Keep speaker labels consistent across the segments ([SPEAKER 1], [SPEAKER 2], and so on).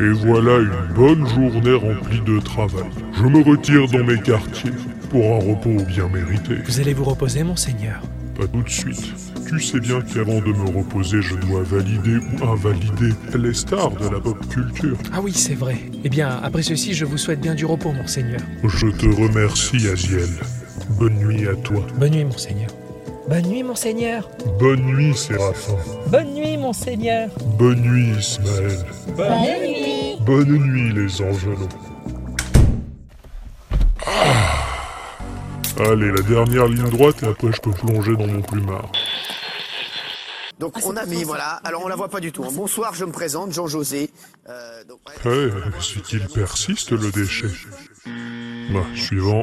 [SPEAKER 1] Et voilà une bonne journée remplie de travail. Je me retire dans mes quartiers pour un repos bien mérité.
[SPEAKER 2] Vous allez vous reposer, monseigneur.
[SPEAKER 1] Pas tout de suite. Tu sais bien qu'avant de me reposer, je dois valider ou invalider les stars de la pop culture.
[SPEAKER 2] Ah oui, c'est vrai. Eh bien, après ceci, je vous souhaite bien du repos, monseigneur.
[SPEAKER 1] Je te remercie, Aziel. Bonne nuit à toi.
[SPEAKER 2] Bonne nuit, monseigneur.
[SPEAKER 3] Bonne nuit, monseigneur.
[SPEAKER 1] Bonne nuit, Séraphin.
[SPEAKER 3] Bonne nuit, monseigneur.
[SPEAKER 1] Bonne nuit, Ismaël.
[SPEAKER 4] Bonne nuit.
[SPEAKER 1] Bonne nuit, les angelons. Ah. Allez, la dernière ligne droite, et après je peux plonger dans mon plumard.
[SPEAKER 5] Donc ah, on a mis, voilà. Alors on la voit pas du tout. Hein. Bonsoir, je me présente, Jean-José. Euh, donc,
[SPEAKER 1] ouais, hey, mais c'est qu'il Eh, persiste le déchet. Bah, suivant.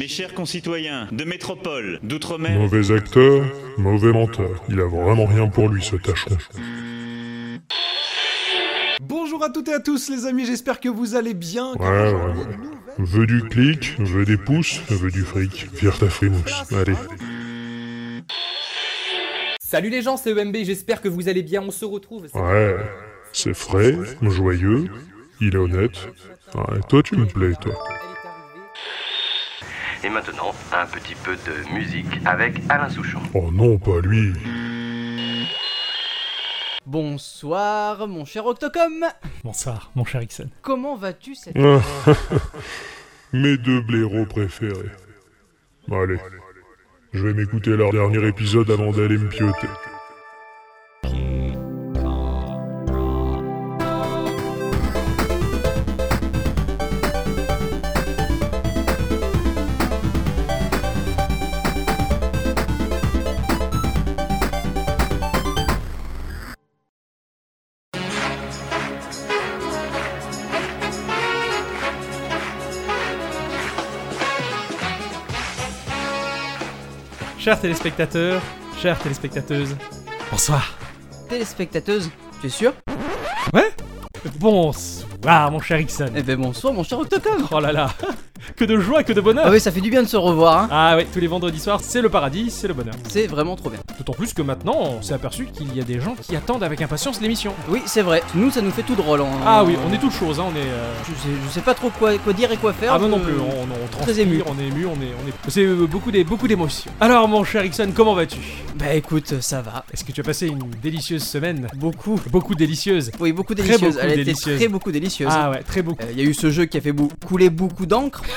[SPEAKER 6] Mes chers concitoyens de métropole, d'outre-mer.
[SPEAKER 1] Mauvais acteur, mauvais menteur. Il a vraiment rien pour lui, ce tachon.
[SPEAKER 7] Bonjour à toutes et à tous, les amis, j'espère que vous allez bien.
[SPEAKER 1] Ouais, ouais, ouais. Veux du clic, veux des pouces, veux du fric. Vire ta frimousse. Allez.
[SPEAKER 8] Salut les gens, c'est EMB, j'espère que vous allez bien, on se retrouve.
[SPEAKER 1] Ouais, c'est frais, joyeux, il est honnête. Ouais, toi tu me plais, toi.
[SPEAKER 9] Et maintenant, un petit peu de musique avec Alain Souchon.
[SPEAKER 1] Oh non, pas lui.
[SPEAKER 8] Bonsoir, mon cher Octocom.
[SPEAKER 2] Bonsoir, mon cher Ixon.
[SPEAKER 8] Comment vas-tu cette
[SPEAKER 1] Mes deux blaireaux préférés. Bon, allez. Je vais m'écouter leur dernier épisode avant d'aller me pioter.
[SPEAKER 2] Chers téléspectateurs, chères téléspectateuses, bonsoir.
[SPEAKER 8] Téléspectateuse, tu es sûr
[SPEAKER 2] Ouais Bonsoir, mon cher Ixon.
[SPEAKER 8] Eh ben bonsoir, mon cher Octocom.
[SPEAKER 2] Oh là là Que de joie, que de bonheur
[SPEAKER 8] Ah oui, ça fait du bien de se revoir, hein.
[SPEAKER 2] Ah ouais, tous les vendredis soirs, c'est le paradis, c'est le bonheur.
[SPEAKER 8] C'est vraiment trop bien.
[SPEAKER 2] D'autant plus que maintenant, on s'est aperçu qu'il y a des gens qui attendent avec impatience l'émission.
[SPEAKER 8] Oui, c'est vrai. Nous, ça nous fait tout drôle. Hein.
[SPEAKER 2] Ah oui, on est toutes choses, hein, on est... euh,
[SPEAKER 8] Je sais, je sais pas trop quoi, quoi dire et quoi faire. Euh,
[SPEAKER 2] Ah non
[SPEAKER 8] je-
[SPEAKER 2] non plus, on, on, on transpire,
[SPEAKER 8] ému.
[SPEAKER 2] on est ému, on est... On est... C'est euh, beaucoup des- beaucoup d'émotions. Alors, mon cher Ixon, comment vas-tu
[SPEAKER 8] Bah écoute, ça va.
[SPEAKER 2] Est-ce que tu as passé une délicieuse semaine
[SPEAKER 8] Beaucoup.
[SPEAKER 2] Beaucoup délicieuse
[SPEAKER 8] Oui, beaucoup
[SPEAKER 2] Très
[SPEAKER 8] délicieuse.
[SPEAKER 2] beaucoup
[SPEAKER 8] Elle était
[SPEAKER 2] délicieuse.
[SPEAKER 8] très beaucoup délicieuse. Euh,
[SPEAKER 2] Ah ouais, très beaucoup.
[SPEAKER 8] Il y a eu ce jeu qui a fait bou- couler beaucoup d'encre.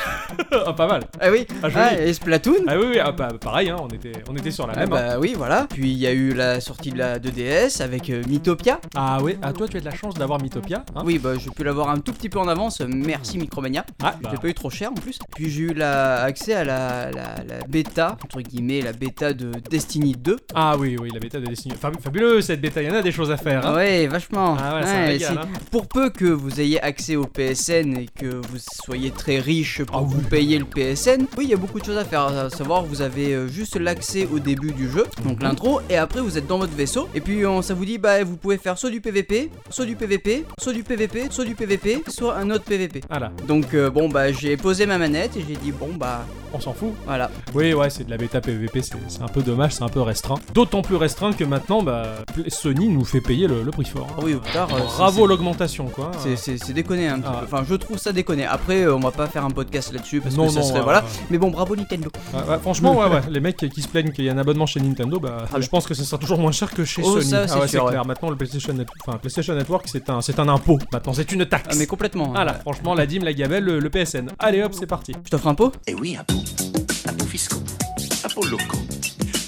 [SPEAKER 2] Ah, pas mal.
[SPEAKER 8] Ah oui.
[SPEAKER 2] Ah, joli.
[SPEAKER 8] et Splatoon.
[SPEAKER 2] Ah oui, oui, ah, bah, pareil, hein, on, était, on était sur la
[SPEAKER 8] Ah
[SPEAKER 2] même. hein.
[SPEAKER 8] bah oui, voilà. Puis il y a eu la sortie de la 2DS avec euh, Mythopia.
[SPEAKER 2] Ah ouais, ah, toi tu as de la chance d'avoir Mythopia. Hein
[SPEAKER 8] Oui, bah j'ai pu l'avoir un tout petit peu en avance. Merci Micromania.
[SPEAKER 2] Ah, bah,
[SPEAKER 8] J'ai pas eu trop cher en plus. Puis j'ai eu la- accès à la, la, la bêta, entre guillemets, la bêta de Destiny 2.
[SPEAKER 2] ah oui, oui, la bêta de Destiny. Fab- fabuleux cette bêta, il y en a des choses à faire. hein.
[SPEAKER 8] Ah Ouais, vachement.
[SPEAKER 2] Ah ouais, ça régale,
[SPEAKER 8] c'est-
[SPEAKER 2] hein.
[SPEAKER 8] Pour peu que vous ayez accès au PSN et que vous soyez très riche pour
[SPEAKER 2] Ah
[SPEAKER 8] vous
[SPEAKER 2] oui.
[SPEAKER 8] payer le PSN, oui, il y a beaucoup de choses à faire. À savoir, vous avez euh, juste l'accès au début du jeu, donc
[SPEAKER 2] Mhm.
[SPEAKER 8] l'intro, et après vous êtes dans votre vaisseau. Et puis on- ça vous dit, bah vous pouvez faire soit du PVP, soit du PVP, soit du PVP, soit du PVP, soit un autre PVP.
[SPEAKER 2] Voilà,
[SPEAKER 8] Donc euh, bon bah j'ai posé ma manette et j'ai dit bon bah
[SPEAKER 2] on s'en fout.
[SPEAKER 8] voilà.
[SPEAKER 2] Oui, ouais, c'est de la bêta PVP, c'est c'est un peu dommage, c'est un peu restreint. D'autant plus restreint que maintenant, bah, Pl- Sony nous fait payer le, le prix fort. hein.
[SPEAKER 8] Ah oui au plus tard. euh, c'est-
[SPEAKER 2] Bravo l'augmentation, quoi.
[SPEAKER 8] C'est, c'est, c'est déconné hein, un petit
[SPEAKER 2] Ah.
[SPEAKER 8] peu. Enfin, je trouve ça déconné. Après, euh, on va pas faire un podcast là-dessus parce
[SPEAKER 2] Non,
[SPEAKER 8] que ça
[SPEAKER 2] non,
[SPEAKER 8] serait.
[SPEAKER 2] ouais,
[SPEAKER 8] voilà.
[SPEAKER 2] ouais.
[SPEAKER 8] Mais bon, bravo Nintendo. Ah,
[SPEAKER 2] Ouais, ouais, franchement, ouais, ouais, les mecs qui se plaignent qu'il y a un abonnement chez Nintendo, bah,
[SPEAKER 8] Ah,
[SPEAKER 2] je
[SPEAKER 8] mais-
[SPEAKER 2] pense que ça sera toujours moins cher que chez
[SPEAKER 8] Oh,
[SPEAKER 2] Sony.
[SPEAKER 8] ça, c'est
[SPEAKER 2] ah ouais,
[SPEAKER 8] sûr, ouais.
[SPEAKER 2] clair. Maintenant, le PlayStation, Net- enfin, PlayStation Network, c'est un, c'est un impôt. Maintenant, c'est une taxe.
[SPEAKER 8] Ah, mais complètement. hein.
[SPEAKER 2] Ah là, franchement, la dîme, la gabelle, le, le PSN. Allez hop, c'est parti.
[SPEAKER 8] Je t'offre un pot
[SPEAKER 10] Et oui, impôts. Impôts fiscaux, impôts locaux,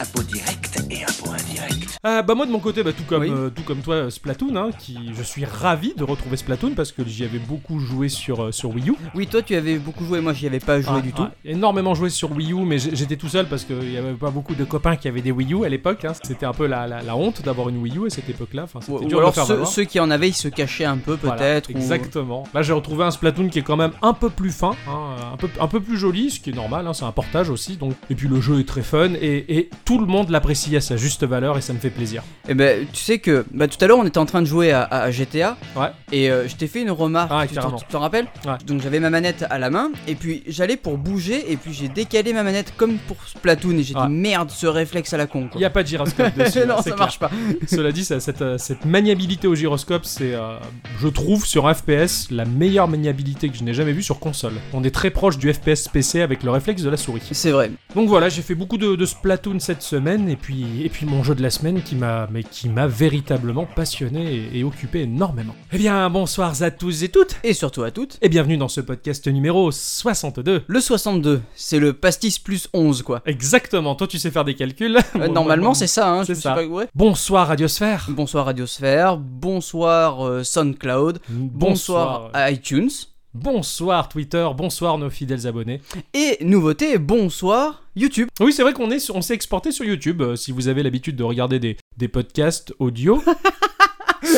[SPEAKER 10] impôts directs et impôts indirects.
[SPEAKER 2] Ah, bah moi de mon côté, bah, tout, comme,
[SPEAKER 8] Oui.
[SPEAKER 2] euh, tout comme toi, euh, Splatoon, hein, qui, je suis ravi de retrouver Splatoon parce que j'y avais beaucoup joué sur, euh, sur Wii U.
[SPEAKER 8] Oui, toi, tu avais beaucoup joué. Moi, j'y avais pas joué
[SPEAKER 2] Ah,
[SPEAKER 8] du
[SPEAKER 2] ah,
[SPEAKER 8] tout.
[SPEAKER 2] énormément joué sur Wii U, mais j'ai- j'étais tout seul parce qu'il n'y avait pas beaucoup de copains qui avaient des Wii U à l'époque. hein. C'était un peu la, la- la honte d'avoir une Wii U à cette époque-là. Enfin, c'était
[SPEAKER 8] Ou, ou
[SPEAKER 2] dur de
[SPEAKER 8] alors,
[SPEAKER 2] faire
[SPEAKER 8] ceux,
[SPEAKER 2] valoir.
[SPEAKER 8] ceux qui en avaient, ils se cachaient un peu,
[SPEAKER 2] Voilà,
[SPEAKER 8] peut-être. ou-
[SPEAKER 2] exactement. Là, j'ai retrouvé un Splatoon qui est quand même un peu plus fin, hein, un, peu, un peu plus joli, ce qui est normal. hein, c'est un portage aussi. Donc, et puis le jeu est très fun et, et tout le monde l'apprécie à sa juste l'heure et ça me fait plaisir.
[SPEAKER 8] Et ben, tu sais que bah, tout à l'heure, on était en train de jouer à, à- à GTA.
[SPEAKER 2] Ouais.
[SPEAKER 8] Et euh, je t'ai fait une remarque.
[SPEAKER 2] Ah,
[SPEAKER 8] tu t'en-
[SPEAKER 2] carrément.
[SPEAKER 8] tu t'en rappelles
[SPEAKER 2] Ouais.
[SPEAKER 8] Donc j'avais ma manette à la main. Et puis j'allais pour bouger. Et puis j'ai décalé ma manette comme pour Splatoon. Et j'ai
[SPEAKER 2] Ouais.
[SPEAKER 8] dit merde, ce réflexe à la con.
[SPEAKER 2] Il
[SPEAKER 8] Quoi.
[SPEAKER 2] n'y a pas de gyroscope dessus. hein,
[SPEAKER 8] non,
[SPEAKER 2] c'est
[SPEAKER 8] ça
[SPEAKER 2] clair.
[SPEAKER 8] marche pas.
[SPEAKER 2] Cela dit, ça- cette, euh, cette maniabilité au gyroscope, c'est, euh, je trouve, sur FPS, la meilleure maniabilité que je n'ai jamais vue sur console. On est très proche du FPS PC avec le réflexe de la souris.
[SPEAKER 8] C'est vrai.
[SPEAKER 2] Donc voilà, j'ai fait beaucoup de, de Splatoon cette semaine, et puis, et puis mon jeu de la semaine qui m'a, mais qui m'a véritablement passionné et, et occupé énormément. Eh bien, bonsoir à tous et toutes,
[SPEAKER 8] Et surtout à toutes.
[SPEAKER 2] et bienvenue dans ce podcast numéro 62.
[SPEAKER 8] Le 62, c'est le pastis plus 11, quoi.
[SPEAKER 2] Exactement, toi tu sais faire des calculs.
[SPEAKER 8] Euh,
[SPEAKER 2] Moi,
[SPEAKER 8] normalement,
[SPEAKER 2] moi,
[SPEAKER 8] c'est ça, hein. je
[SPEAKER 2] c'est
[SPEAKER 8] me suis
[SPEAKER 2] ça.
[SPEAKER 8] pas gouré.
[SPEAKER 2] Bonsoir Radiosphère.
[SPEAKER 8] Bonsoir Radiosphère, bonsoir euh, SoundCloud, bonsoir,
[SPEAKER 2] euh,
[SPEAKER 8] iTunes.
[SPEAKER 2] bonsoir Twitter, bonsoir nos fidèles abonnés.
[SPEAKER 8] Et nouveauté, bonsoir YouTube.
[SPEAKER 2] Oui, c'est vrai qu'on est, sur- on s'est exporté sur YouTube. Euh, si vous avez l'habitude de regarder des, des podcasts audio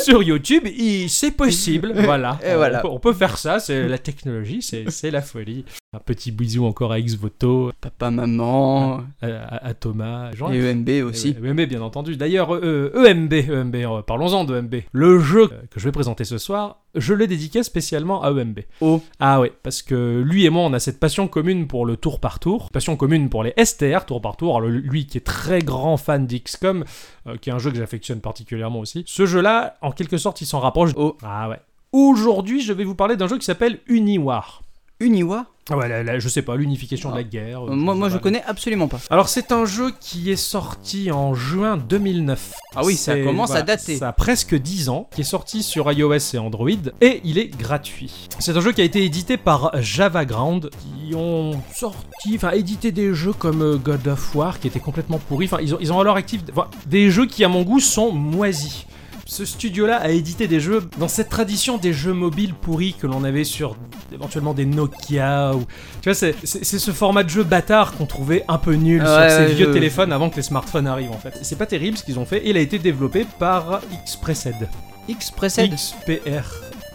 [SPEAKER 2] sur YouTube, il- c'est possible. Voilà.
[SPEAKER 8] Et
[SPEAKER 2] on,
[SPEAKER 8] voilà.
[SPEAKER 2] peut, on peut faire ça. C'est la technologie, c'est c'est la folie. Un petit bisou encore à Xvoto,
[SPEAKER 8] Papa, maman,
[SPEAKER 2] à, à- à Thomas, à Jean.
[SPEAKER 8] et EMB
[SPEAKER 2] Et
[SPEAKER 8] aussi.
[SPEAKER 2] Ah, Eh ouais, EMB, bien entendu. D'ailleurs, euh, euh, EMB, EMB, euh, parlons-en de EMB. Le jeu euh, que je vais présenter ce soir, je l'ai dédié spécialement à EMB.
[SPEAKER 8] Oh.
[SPEAKER 2] Ah ouais, parce que lui et moi, on a cette passion commune pour le tour par tour, passion commune pour les STR, tour par tour. Alors, lui qui est très grand fan d'XCOM, euh, qui est un jeu que j'affectionne particulièrement aussi. Ce jeu-là, en quelque sorte, il s'en rapproche.
[SPEAKER 8] Oh.
[SPEAKER 2] Ah ouais. Aujourd'hui, je vais vous parler d'un jeu qui s'appelle Uniwar.
[SPEAKER 8] Uniwa Ah,
[SPEAKER 2] Ah ouais, là, là, je sais pas, l'unification de la guerre. euh,
[SPEAKER 8] Moi, moi je
[SPEAKER 2] voilà.
[SPEAKER 8] connais absolument pas.
[SPEAKER 2] Alors c'est un jeu qui est sorti en juin 2009.
[SPEAKER 8] Ah oui, ça
[SPEAKER 2] C'est- bah,
[SPEAKER 8] commence à dater.
[SPEAKER 2] Ça a presque 10 ans, qui est sorti sur iOS et Android, et il est gratuit. C'est un jeu qui a été édité par JavaGround, qui ont sorti, enfin édité des jeux comme euh, God of War, qui était complètement pourri. Enfin, ils ont, ils ont à leur actif enfin, des jeux qui à mon goût sont moisis. Ce studio-là a édité des jeux dans cette tradition des jeux mobiles pourris que l'on avait sur éventuellement des Nokia ou tu vois, c'est c'est- c'est ce format de jeu bâtard qu'on trouvait un peu nul
[SPEAKER 8] Ouais,
[SPEAKER 2] sur ces
[SPEAKER 8] ouais,
[SPEAKER 2] vieux
[SPEAKER 8] je-
[SPEAKER 2] téléphones avant que les smartphones arrivent en fait. C'est pas terrible ce qu'ils ont fait. Il a été développé par Xpressed.
[SPEAKER 8] X E précède.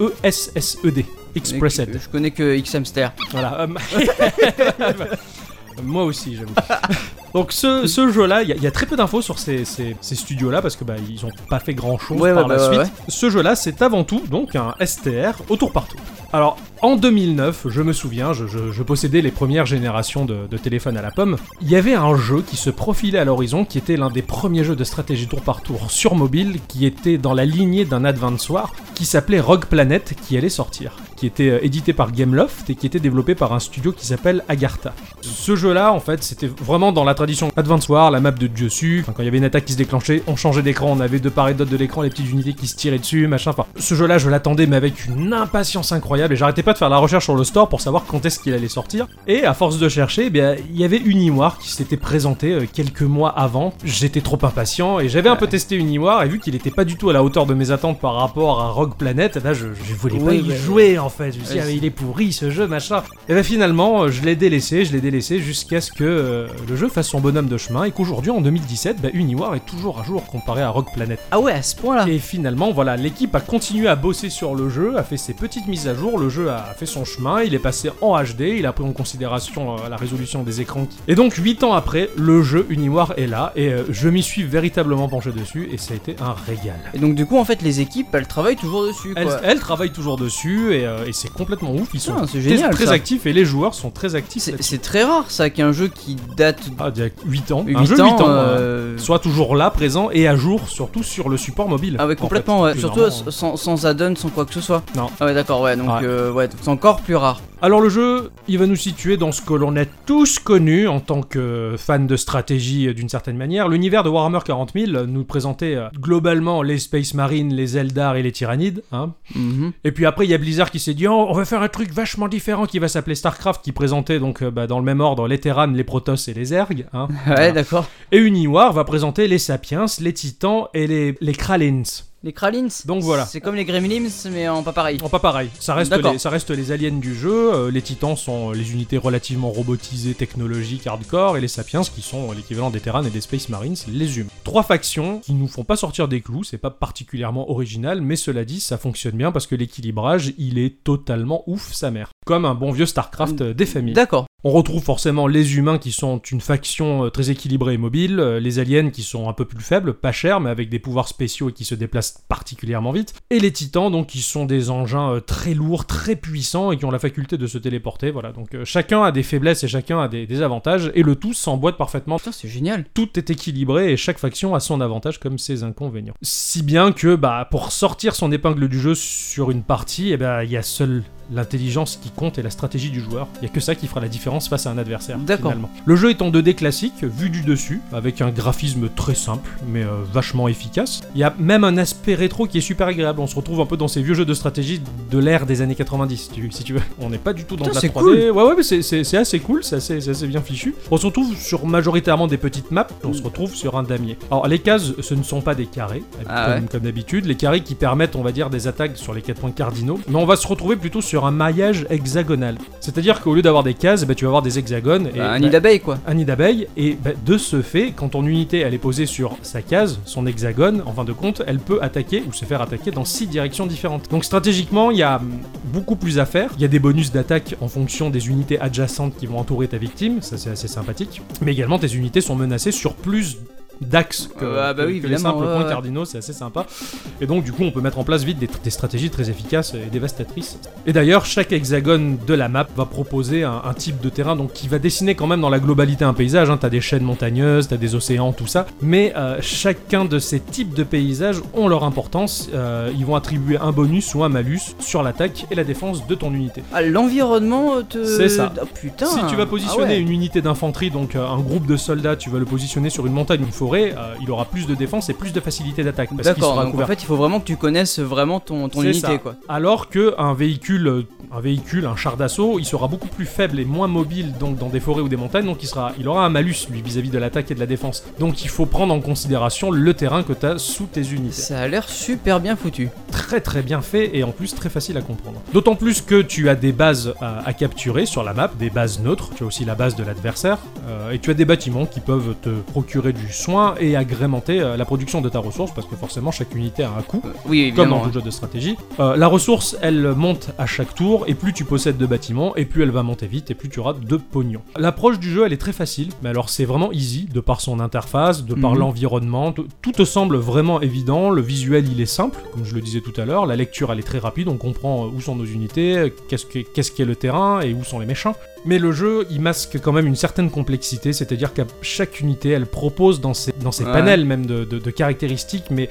[SPEAKER 2] E X-P-R-E-S-S-E-D. Xpressed.
[SPEAKER 8] Je connais que X Hamster.
[SPEAKER 2] E Voilà. euh,
[SPEAKER 8] euh.
[SPEAKER 2] Moi aussi, j'avoue. Donc ce, ce jeu-là, il y a- il y, a très peu d'infos sur ces, ces- ces studios-là parce que bah ils ont pas fait grand-chose
[SPEAKER 8] Ouais,
[SPEAKER 2] par
[SPEAKER 8] ouais,
[SPEAKER 2] la
[SPEAKER 8] bah,
[SPEAKER 2] suite.
[SPEAKER 8] ouais,
[SPEAKER 2] Ce jeu-là, c'est avant tout donc un STR au tour par tour. Alors en 2009, je me souviens, je, je- je possédais les premières générations de, de téléphones à la pomme. Il y avait un jeu qui se profilait à l'horizon, qui était l'un des premiers jeux de stratégie tour par tour sur mobile, qui était dans la lignée d'un Advance War, qui s'appelait Rogue Planet, qui allait sortir, qui était euh, édité par Gameloft et qui était développé par un studio qui s'appelle Agartha. Ce jeu-là, en fait, c'était vraiment dans la tradition Advance War, la map de Dieu dessus. Enfin, quand il y avait une attaque qui se déclenchait, on changeait d'écran, on avait de part et d'autre de l'écran les petites unités qui se tiraient dessus, machin. Enfin, ce jeu-là, je l'attendais, mais avec une impatience incroyable, et j'arrêtais pas de faire la recherche sur le store pour savoir quand est-ce qu'il allait sortir. Et à force de chercher, eh bien, il y avait Uniwar qui s'était présenté euh, quelques mois avant. J'étais trop impatient et j'avais un peu testé Uniwar, et vu qu'il était pas du tout à la hauteur de mes attentes par rapport à Rogue Planet, eh ben, je, je voulais pas
[SPEAKER 8] Oui,
[SPEAKER 2] y
[SPEAKER 8] ouais,
[SPEAKER 2] jouer en fait. Je me suis dit,
[SPEAKER 8] Ouais,
[SPEAKER 2] ah, mais il est pourri ce jeu, machin. Et bah finalement, euh, je l'ai délaissé, je l'ai délaissé jusqu'à ce que euh, le jeu fasse son bonhomme de chemin et qu'aujourd'hui, en 2017, bah, Uniwar est toujours à jour comparé à Rock Planet.
[SPEAKER 8] Ah ouais, à ce point-là.
[SPEAKER 2] Et finalement, voilà, l'équipe a continué à bosser sur le jeu, a fait ses petites mises à jour, le jeu a fait son chemin, il est passé en HD, il a pris en considération euh, la résolution des écrans. qui- Et donc, 8 ans après, le jeu Uniwar est là et euh, je m'y suis véritablement penché dessus et ça a été un régal.
[SPEAKER 8] Et donc du coup, en fait, les équipes, elles travaillent toujours dessus,
[SPEAKER 2] Elle,
[SPEAKER 8] quoi.
[SPEAKER 2] elle travaille toujours dessus et, euh, et c'est complètement ouf. Ils sont
[SPEAKER 8] Putain, c'est
[SPEAKER 2] très-
[SPEAKER 8] génial,
[SPEAKER 2] très
[SPEAKER 8] ça.
[SPEAKER 2] actifs et les joueurs sont très actifs.
[SPEAKER 8] C'est
[SPEAKER 2] là-dessus.
[SPEAKER 8] c'est très rare, ça, qu'un jeu qui date de
[SPEAKER 2] Ah, d'il y a 8 ans,
[SPEAKER 8] 8
[SPEAKER 2] un jeu de 8 ans, euh,
[SPEAKER 8] euh,
[SPEAKER 2] soit toujours là, présent et à jour, surtout sur le support mobile.
[SPEAKER 8] Ah ouais,
[SPEAKER 2] en
[SPEAKER 8] complètement,
[SPEAKER 2] fait.
[SPEAKER 8] ouais.
[SPEAKER 2] Plus
[SPEAKER 8] surtout
[SPEAKER 2] vraiment,
[SPEAKER 8] euh, sans, sans add-on, sans quoi que ce soit.
[SPEAKER 2] Non.
[SPEAKER 8] Ah ouais, d'accord, ouais, donc
[SPEAKER 2] Ouais.
[SPEAKER 8] euh, ouais, c'est encore plus rare.
[SPEAKER 2] Alors le jeu, il va nous situer dans ce que l'on a tous connu en tant que fan de stratégie euh, d'une certaine manière. L'univers de Warhammer 40 000 nous présentait euh, globalement les Space Marines, les Eldar et les Tyrannides. hein.
[SPEAKER 8] Mhm.
[SPEAKER 2] Et puis après, il y a Blizzard qui s'est dit Oh, on va faire un truc vachement différent qui va s'appeler StarCraft, qui présentait donc euh, bah, dans le même ordre les Terran, les Protoss et les Zerg. hein.
[SPEAKER 8] Ouais, d'accord.
[SPEAKER 2] Et Uniwar va présenter les Sapiens, les Titans et les, les Kralins.
[SPEAKER 8] Les Kralins.
[SPEAKER 11] Donc voilà.
[SPEAKER 8] C'est comme les Gremlins, mais en pas pareil.
[SPEAKER 11] Bon, pas pareil, ça reste,
[SPEAKER 8] D'accord.
[SPEAKER 11] les, ça reste les aliens du jeu, euh, les titans sont euh, les unités relativement robotisées, technologiques, hardcore, et les sapiens qui sont euh, l'équivalent des Terrans et des Space Marines, les humains. Trois factions qui nous font pas sortir des clous, c'est pas particulièrement original, mais cela dit, ça fonctionne bien parce que l'équilibrage, il est totalement ouf sa mère. Comme un bon vieux StarCraft
[SPEAKER 8] Mmh.
[SPEAKER 11] euh, des familles.
[SPEAKER 8] D'accord.
[SPEAKER 11] On retrouve forcément les humains qui sont une faction euh, très équilibrée et mobile, euh, les aliens qui sont un peu plus faibles, pas chers, mais avec des pouvoirs spéciaux et qui se déplacent particulièrement vite, et les titans, donc, qui sont des engins euh, très lourds, très puissants et qui ont la faculté de se téléporter, voilà. Donc, euh, chacun a des faiblesses et chacun a des, des avantages, et le tout s'emboîte parfaitement
[SPEAKER 8] Putain, c'est génial.
[SPEAKER 11] tout est équilibré et chaque faction a son avantage comme ses inconvénients. Si bien que bah, pour sortir son épingle du jeu sur une partie, eh ben, il y a seule l'intelligence qui compte et la stratégie du joueur. Il y a que ça qui fera la différence face à un adversaire.
[SPEAKER 8] D'accord.
[SPEAKER 11] finalement. Le jeu est en 2D classique, vu du dessus, avec un graphisme très simple mais euh, vachement efficace. Il y a même un aspect rétro qui est super agréable. On se retrouve un peu dans ces vieux jeux de stratégie de l'ère des années 90, si tu, si tu veux. On n'est pas du tout dans
[SPEAKER 8] Putain,
[SPEAKER 11] de la
[SPEAKER 8] c'est
[SPEAKER 11] 3D.
[SPEAKER 8] cool.
[SPEAKER 11] Ouais, ouais, mais c'est- c'est c'est assez cool, c'est assez, c'est assez bien fichu. On se retrouve sur majoritairement des petites maps, on se retrouve sur un damier. Alors, les cases, ce ne sont pas des carrés,
[SPEAKER 8] Ah
[SPEAKER 11] comme, comme d'habitude, les carrés qui permettent, on va dire, des attaques sur les quatre points cardinaux, mais on va se retrouver plutôt sur un maillage hexagonal. C'est-à-dire qu'au lieu d'avoir des cases, bah, tu vas avoir des hexagones. Et,
[SPEAKER 8] Bah, un
[SPEAKER 11] bah,
[SPEAKER 8] nid d'abeille, quoi.
[SPEAKER 11] un nid d'abeille, et bah, de ce fait, quand ton unité elle est posée sur sa case, son hexagone, en fin de compte, elle peut attaquer ou se faire attaquer dans six directions différentes. Donc stratégiquement, il y a hum, beaucoup plus à faire. Il y a des bonus d'attaque en fonction des unités adjacentes qui vont entourer ta victime, ça c'est assez sympathique. Mais également, tes unités sont menacées sur plus d'axes que,
[SPEAKER 8] Euh, ah bah
[SPEAKER 11] que-
[SPEAKER 8] oui,
[SPEAKER 11] que les
[SPEAKER 8] évidemment,
[SPEAKER 11] simples
[SPEAKER 8] ouais,
[SPEAKER 11] points
[SPEAKER 8] ouais.
[SPEAKER 11] cardinaux, c'est assez sympa. Et donc, du coup, on peut mettre en place vite des, des stratégies très efficaces et dévastatrices. Et d'ailleurs, chaque hexagone de la map va proposer un, un type de terrain, donc qui va dessiner quand même dans la globalité un paysage. hein. T'as des chaînes montagneuses, t'as des océans, tout ça. Mais euh, chacun de ces types de paysages ont leur importance. Euh, ils vont attribuer un bonus ou un malus sur l'attaque et la défense de ton unité.
[SPEAKER 8] Ah, l'environnement euh, te.
[SPEAKER 11] C'est ça.
[SPEAKER 8] Ah, putain.
[SPEAKER 11] Si tu vas positionner
[SPEAKER 8] Ah ouais.
[SPEAKER 11] une unité d'infanterie, donc euh, un groupe de soldats, tu vas le positionner sur une montagne ou une forêt, euh, il aura plus de défense et plus de facilité d'attaque parce qu'il
[SPEAKER 8] D'accord,
[SPEAKER 11] sera
[SPEAKER 8] donc
[SPEAKER 11] couvert.
[SPEAKER 8] en fait il faut vraiment que tu connaisses vraiment ton, ton
[SPEAKER 11] C'est
[SPEAKER 8] unité
[SPEAKER 11] ça.
[SPEAKER 8] quoi.
[SPEAKER 11] Alors que un véhicule, euh, un véhicule, un char d'assaut, il sera beaucoup plus faible et moins mobile donc dans des forêts ou des montagnes, donc il sera, il aura un malus lui vis-à-vis de l'attaque et de la défense. Donc il faut prendre en considération le terrain que tu as sous tes unités.
[SPEAKER 8] Ça a l'air super bien foutu.
[SPEAKER 11] Très très bien fait et en plus très facile à comprendre. D'autant plus que tu as des bases à, à capturer sur la map, des bases neutres. Tu as aussi la base de l'adversaire euh, et tu as des bâtiments qui peuvent te procurer du soin et agrémenter euh, la production de ta ressource parce que forcément chaque unité a un coût.
[SPEAKER 8] Euh, oui,
[SPEAKER 11] Comme
[SPEAKER 8] évidemment.
[SPEAKER 11] dans tout jeu de stratégie. Euh, la ressource, elle monte à chaque tour, et plus tu possèdes de bâtiments, et plus elle va monter vite, et plus tu auras de pognon. L'approche du jeu, elle est très facile, mais alors c'est vraiment easy, de par son interface, de par
[SPEAKER 8] Mhm.
[SPEAKER 11] l'environnement, tout, tout te semble vraiment évident, le visuel, il est simple, comme je le disais tout à l'heure, la lecture, elle est très rapide, on comprend euh, où sont nos unités, euh, qu'est-ce que- qu'est-ce qu'est le terrain, et où sont les méchants. Mais le jeu, il masque quand même une certaine complexité, c'est-à-dire qu'à chaque unité, elle propose dans ses, dans ses
[SPEAKER 8] Ouais.
[SPEAKER 11] panels même de, de- de caractéristiques, mais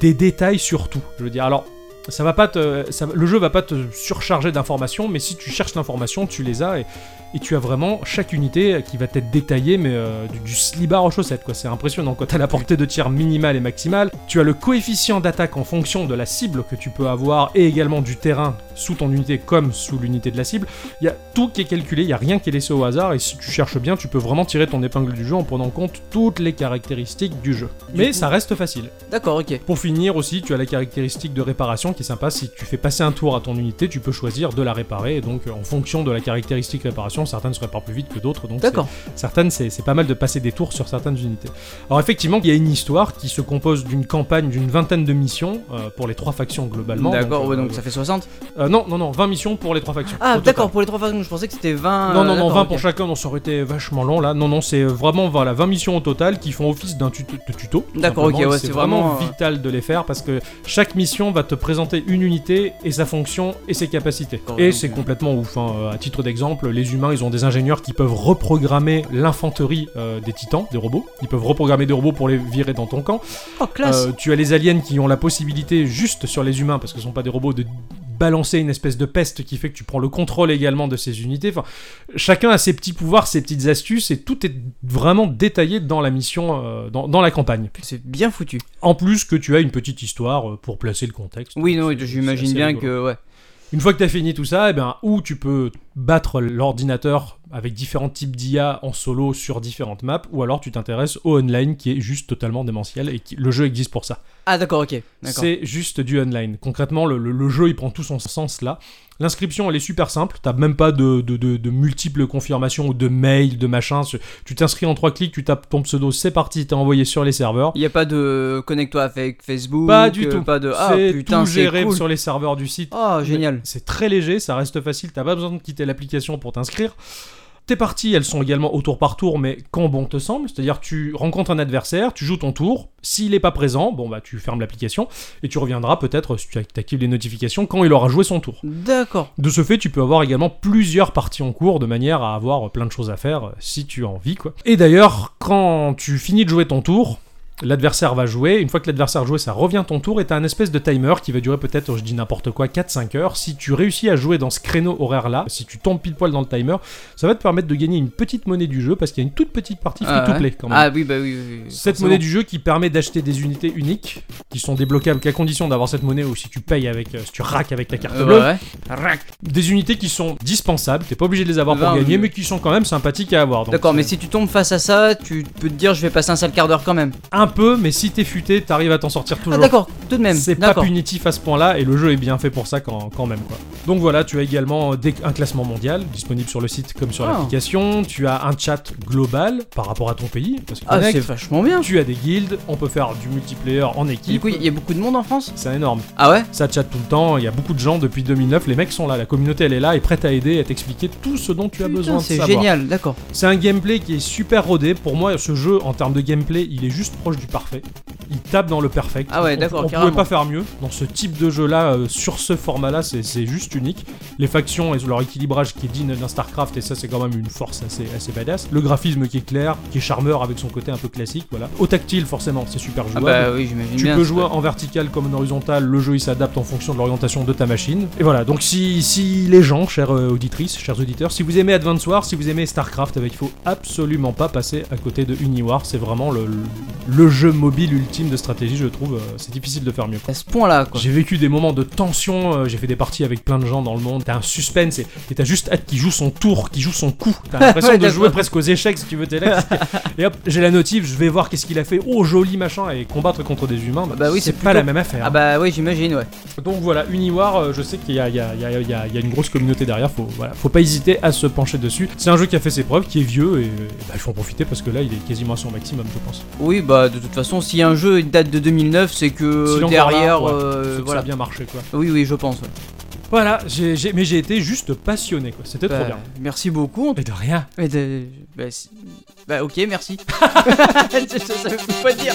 [SPEAKER 11] des détails surtout. Je veux dire, alors, ça va pas te, ça va- le jeu va pas te surcharger d'informations, mais si tu cherches l'information, tu les as et, et tu as vraiment chaque unité qui va être détaillée, mais euh, du, du slibard aux chaussettes, quoi. C'est impressionnant. Quand t'as la portée de tir minimale et maximale, tu as le coefficient d'attaque en fonction de la cible que tu peux avoir et également du terrain sous ton unité comme sous l'unité de la cible. Il y a tout qui est calculé, il n'y a rien qui est laissé au hasard, et si tu cherches bien, tu peux vraiment tirer ton épingle du jeu en prenant en compte toutes les caractéristiques du jeu.
[SPEAKER 8] Du
[SPEAKER 11] mais
[SPEAKER 8] coup-
[SPEAKER 11] ça reste facile.
[SPEAKER 8] D'accord, ok.
[SPEAKER 11] Pour finir aussi, tu as la caractéristique de réparation qui est sympa. Si tu fais passer un tour à ton unité, tu peux choisir de la réparer. Et donc, euh, en fonction de la caractéristique réparation, certaines se réparent plus vite que d'autres. Donc,
[SPEAKER 8] D'accord.
[SPEAKER 11] c'est- certaines, c'est c'est pas mal de passer des tours sur certaines unités. Alors, effectivement, il y a une histoire qui se compose d'une campagne d'une vingtaine de missions euh, pour les trois factions globalement.
[SPEAKER 8] D'accord,
[SPEAKER 11] Donc,
[SPEAKER 8] ouais,
[SPEAKER 11] euh,
[SPEAKER 8] donc ça fait 60.
[SPEAKER 11] euh, non, non, non, 20 missions pour les trois factions.
[SPEAKER 8] Ah,
[SPEAKER 11] au total.
[SPEAKER 8] d'accord, pour les trois factions, je pensais que c'était 20.
[SPEAKER 11] Non,
[SPEAKER 8] euh,
[SPEAKER 11] non, non,
[SPEAKER 8] d'accord,
[SPEAKER 11] 20
[SPEAKER 8] ok.
[SPEAKER 11] pour chacun, non, ça aurait été vachement long là. Non, non, c'est vraiment voilà, 20 missions au total qui font office d'un tuto. de tuto tout
[SPEAKER 8] D'accord,
[SPEAKER 11] simplement,
[SPEAKER 8] ok, ouais,
[SPEAKER 11] et
[SPEAKER 8] c'est
[SPEAKER 11] c'est vraiment,
[SPEAKER 8] vraiment, euh,
[SPEAKER 11] vital de les faire parce que chaque mission va te présenter une unité et sa fonction et ses capacités.
[SPEAKER 8] D'accord,
[SPEAKER 11] Et
[SPEAKER 8] donc,
[SPEAKER 11] c'est
[SPEAKER 8] euh,
[SPEAKER 11] complètement ouf. hein. Euh, À titre d'exemple, les humains, ils ont des ingénieurs qui peuvent reprogrammer l'infanterie euh, des titans, des robots. Ils peuvent reprogrammer des robots pour les virer dans ton camp.
[SPEAKER 8] Oh, classe.
[SPEAKER 11] Euh, tu as les aliens qui ont la possibilité, juste sur les humains, parce que ce sont pas des robots, de balancer une espèce de peste qui fait que tu prends le contrôle également de ces unités. Enfin, chacun a ses petits pouvoirs, ses petites astuces, et tout est vraiment détaillé dans la mission, euh, dans, dans la campagne.
[SPEAKER 8] C'est bien foutu.
[SPEAKER 11] En plus que tu as une petite histoire euh, pour placer le contexte.
[SPEAKER 8] Oui, non,
[SPEAKER 11] C'est- c'est
[SPEAKER 8] j'imagine
[SPEAKER 11] assez
[SPEAKER 8] bien
[SPEAKER 11] rigolo.
[SPEAKER 8] que. Ouais.
[SPEAKER 11] Une fois que tu as fini tout ça, eh ben, ou tu peux battre l'ordinateur avec différents types d'IA en solo sur différentes maps, ou alors tu t'intéresses au online qui est juste totalement démentiel et qui, le jeu existe pour ça.
[SPEAKER 8] Ah d'accord, ok. D'accord.
[SPEAKER 11] C'est juste du online. Concrètement, le, le- le jeu, il prend tout son sens là. L'inscription, elle est super simple. T'as même pas de, de- de- de multiples confirmations ou de mails, de machin. Ce- Tu t'inscris en trois clics, tu tapes ton pseudo, c'est parti, t'es envoyé sur les serveurs.
[SPEAKER 8] Il n'y a pas de connecte-toi avec Facebook.
[SPEAKER 11] Pas du
[SPEAKER 8] euh,
[SPEAKER 11] tout.
[SPEAKER 8] Pas de. Ah
[SPEAKER 11] c'est
[SPEAKER 8] putain,
[SPEAKER 11] tout
[SPEAKER 8] c'est
[SPEAKER 11] géré
[SPEAKER 8] cool.
[SPEAKER 11] sur les serveurs du site.
[SPEAKER 8] Ah génial.
[SPEAKER 11] C'est très léger, ça reste facile, t'as pas besoin de quitter l'application pour t'inscrire. Tes parties, elles sont également au tour par tour, mais quand bon te semble, c'est-à-dire tu rencontres un adversaire, tu joues ton tour, s'il est pas présent, bon bah tu fermes l'application et tu reviendras peut-être si tu actives les notifications quand il aura joué son tour.
[SPEAKER 8] D'accord.
[SPEAKER 11] De ce fait, tu peux avoir également plusieurs parties en cours de manière à avoir plein de choses à faire euh, si tu as envie quoi. Et d'ailleurs, quand tu finis de jouer ton tour, l'adversaire va jouer, une fois que l'adversaire a joué, ça revient ton tour et t'as un espèce de timer qui va durer peut-être, je dis n'importe quoi, 4-5 heures. Si tu réussis à jouer dans ce créneau horaire là, si tu tombes pile poil dans le timer, ça va te permettre de gagner une petite monnaie du jeu parce qu'il y a une toute petite partie free
[SPEAKER 8] Ah,
[SPEAKER 11] to
[SPEAKER 8] ouais.
[SPEAKER 11] play quand même.
[SPEAKER 8] Ah oui, bah oui. oui, oui,
[SPEAKER 11] Cette
[SPEAKER 8] forcément.
[SPEAKER 11] monnaie du jeu qui permet d'acheter des unités uniques qui sont débloquables qu'à condition d'avoir cette monnaie ou si tu payes avec, euh, si tu rack avec ta carte
[SPEAKER 8] Euh,
[SPEAKER 11] bleue
[SPEAKER 8] ouais.
[SPEAKER 11] des unités qui sont dispensables, t'es pas obligé de les avoir pour
[SPEAKER 8] Ben,
[SPEAKER 11] gagner,
[SPEAKER 8] oui.
[SPEAKER 11] mais qui sont quand même sympathiques à avoir. Donc, euh,
[SPEAKER 8] D'accord, mais
[SPEAKER 11] c'est
[SPEAKER 8] si tu tombes face à ça, tu peux te dire je vais passer un sale quart d'heure quand même.
[SPEAKER 11] un peu, mais si t'es futé, t'arrives à t'en sortir
[SPEAKER 8] Ah
[SPEAKER 11] toujours.
[SPEAKER 8] d'accord, tout de même.
[SPEAKER 11] c'est pas
[SPEAKER 8] d'accord.
[SPEAKER 11] punitif à ce point-là, et le jeu est bien fait pour ça quand, quand même. Quoi. Donc voilà, tu as également euh, des- un classement mondial disponible sur le site comme sur
[SPEAKER 8] Ah.
[SPEAKER 11] l'application. Tu as un chat global par rapport à ton pays, parce que
[SPEAKER 8] Ah c'est
[SPEAKER 11] connect,
[SPEAKER 8] vachement bien.
[SPEAKER 11] tu as des guildes, on peut faire du multiplayer en
[SPEAKER 8] Du
[SPEAKER 11] équipe.
[SPEAKER 8] coup, il y a beaucoup de monde en France.
[SPEAKER 11] C'est énorme.
[SPEAKER 8] Ah ouais.
[SPEAKER 11] Ça chatte tout le temps, il y a beaucoup de gens depuis 2009, les mecs sont là, la communauté elle est là et prête à aider, à t'expliquer tout ce dont tu as
[SPEAKER 8] Putain,
[SPEAKER 11] besoin de
[SPEAKER 8] C'est
[SPEAKER 11] savoir.
[SPEAKER 8] génial, d'accord.
[SPEAKER 11] C'est un gameplay qui est super rodé. Pour moi, ce jeu, en termes de gameplay, il est juste proche du parfait. Il tape dans le perfect.
[SPEAKER 8] Ah ouais,
[SPEAKER 11] On-
[SPEAKER 8] d'accord,
[SPEAKER 11] On,
[SPEAKER 8] carrément.
[SPEAKER 11] pouvait pas faire mieux. Dans ce type de jeu-là, euh, sur ce format-là, c'est- c'est juste unique. Les factions et leur équilibrage qui est digne d'un StarCraft, et ça, c'est quand même une force assez, assez badass. Le graphisme qui est clair, qui est charmeur avec son côté un peu classique, voilà. Au tactile, forcément, c'est super
[SPEAKER 8] Ah
[SPEAKER 11] jouable.
[SPEAKER 8] bah oui, j'imagine
[SPEAKER 11] Tu
[SPEAKER 8] bien.
[SPEAKER 11] peux
[SPEAKER 8] c'est
[SPEAKER 11] jouer en vertical comme en horizontal, le jeu il s'adapte en fonction de l'orientation de ta machine. Et voilà, donc si, si les gens, chères euh, auditrices, chers auditeurs, si vous aimez Advance War, si vous aimez StarCraft, eh ben, il faut absolument pas passer à côté de Uniwar, c'est vraiment le, le- le jeu mobile ultime de stratégie, je trouve, euh, c'est difficile de faire mieux.
[SPEAKER 8] À ce point-là, quoi.
[SPEAKER 11] J'ai vécu des moments de tension, euh, j'ai fait des parties avec plein de gens dans le monde, t'as un suspense et et t'as juste hâte qu'il joue son tour, qu'il joue son coup. T'as l'impression
[SPEAKER 8] Ouais,
[SPEAKER 11] de
[SPEAKER 8] d'accord.
[SPEAKER 11] jouer presque aux échecs si tu veux t'es là. Et hop, j'ai la notif, je vais voir qu'est-ce qu'il a fait, oh joli machin, et combattre contre des humains,
[SPEAKER 8] Ah bah oui,
[SPEAKER 11] c'est
[SPEAKER 8] c'est
[SPEAKER 11] pas la
[SPEAKER 8] plutôt-
[SPEAKER 11] même affaire.
[SPEAKER 8] Ah bah oui, j'imagine, ouais.
[SPEAKER 11] Donc voilà, Uniwar, euh, je sais qu'il y a, il y a- il y a- il y a- il y a une grosse communauté derrière, faut, voilà, faut pas hésiter à se pencher dessus. C'est un jeu qui a fait ses preuves, qui est vieux, et, euh, bah, il faut en profiter parce que là il est quasiment à son maximum, je pense.
[SPEAKER 8] Oui, bah de toute façon, si un jeu il date de 2009, c'est que
[SPEAKER 11] Si l'on
[SPEAKER 8] Euh, derrière,
[SPEAKER 11] parle, ouais,
[SPEAKER 8] euh,
[SPEAKER 11] C'est que ça a
[SPEAKER 8] voilà.
[SPEAKER 11] bien marché quoi.
[SPEAKER 8] Oui, oui, je pense. ouais.
[SPEAKER 11] Voilà, j'ai- j'ai- mais j'ai été juste passionné quoi, c'était
[SPEAKER 8] Bah,
[SPEAKER 11] trop bien.
[SPEAKER 8] merci beaucoup. en tout-
[SPEAKER 11] Et de rien.
[SPEAKER 8] Mais de- Bah, si- bah, ok, merci. je, je savais pas dire.